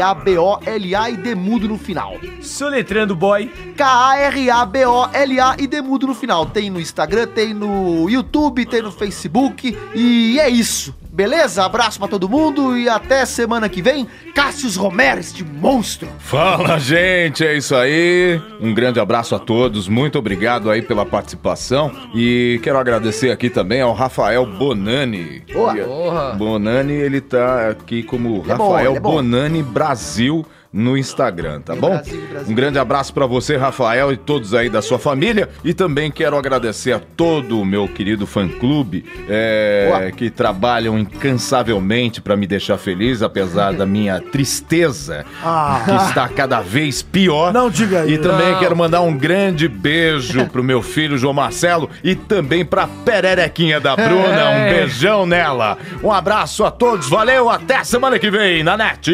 K-A-R-A-B-O-L-A e Demudo no final.
Soletrando boy.
K-A-R-A-B-O-L-A e Demudo no final. Tem no Instagram, tem no YouTube, tem no Facebook. E é isso. Beleza? Abraço pra todo mundo e até semana que vem. Cássius Romero, este monstro.
Fala, gente, é isso aí. Um grande abraço a todos. Muito obrigado aí pela participação e quero agradecer aqui também ao Rafael Bonani.
Boa.
Bonani, ele tá aqui como
é bom,
Rafael
ele é bom. é
Bonani Brasil no Instagram, tá bom? Um grande abraço pra você, Rafael, e todos aí da sua família. E também quero agradecer a todo o meu querido fã-clube é, que trabalham incansavelmente pra me deixar feliz, apesar da minha tristeza,
Ah.
que está cada vez pior.
Não diga
E
isso.
também
Não.
quero mandar um grande beijo pro meu filho João Marcelo e também pra pererequinha da Bruna. Um
É.
beijão nela. Um abraço a todos. Valeu. Até semana que vem na net.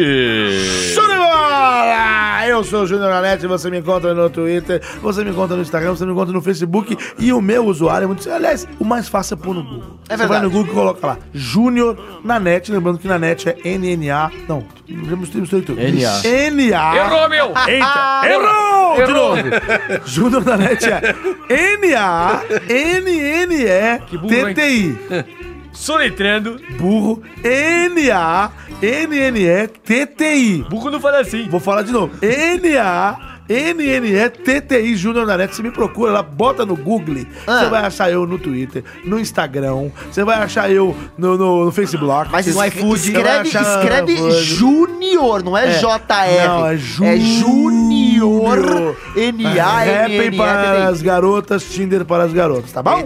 Show de bola! Eu sou o Júnior Alete, você me encontra no Twitter, você me encontra no Instagram, você me encontra no Facebook e o meu usuário é muito. Aliás, o mais fácil é pôr no Google. Você vai
É verdade.
no Google e coloca lá, Júnior na net, lembrando que na net é NNA. Não, já misturei, misturei tudo.
NA.
NA.
Errou, meu!
Eita!
Errou!
Errou! De
Errou.
novo! Júnior na net é NA,
hein?
NNE, TTI.
Soletrando.
Burro. N-A-N-N-E-T-T-I.
Burro não fala assim.
Vou falar de novo. N-A. NNE TTI Júnior na net. Você me procura lá, bota no Google.
Ah.
Você vai achar eu no Twitter, no Instagram. Você vai achar eu no, no, no Facebook.
Mas
no
escre-
iFood. você vai
escreve,
achar-
escreve Júnior, não é, JR.
Não, é Júnior.
Júnior. N-A-N-N-E.
Rappem É, para as garotas, Tinder para as garotas, tá bom?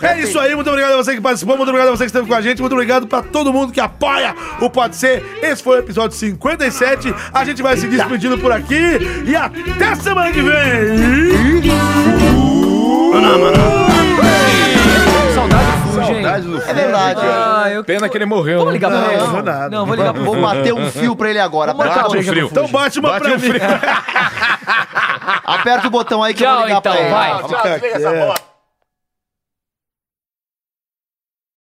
É isso aí, muito obrigado a você que participou, muito obrigado a você que esteve com a gente, muito obrigado pra todo mundo que apoia o Pode Ser. Esse foi o episódio 57. A gente vai se despedindo por aqui e até semana que vem!
Saudade do Fu, gente.
Saudade do
É
verdade,
Ah, eu...
Pena que ele morreu. né?
Vamos ligar pra ele?
Não, nada.
Não, vou ligar pra
Vou bater um fio pra ele agora.
Vamos
aperta
Tá
matar o frio.
Então
um
o botão.
bate uma pra mim.
Aperta o botão aí que eu vou
Tchau,
ligar
então,
pra ele.
vai.
Vamos
Tchau, então.
ficar
desliga
aqui.
essa
É.
bosta.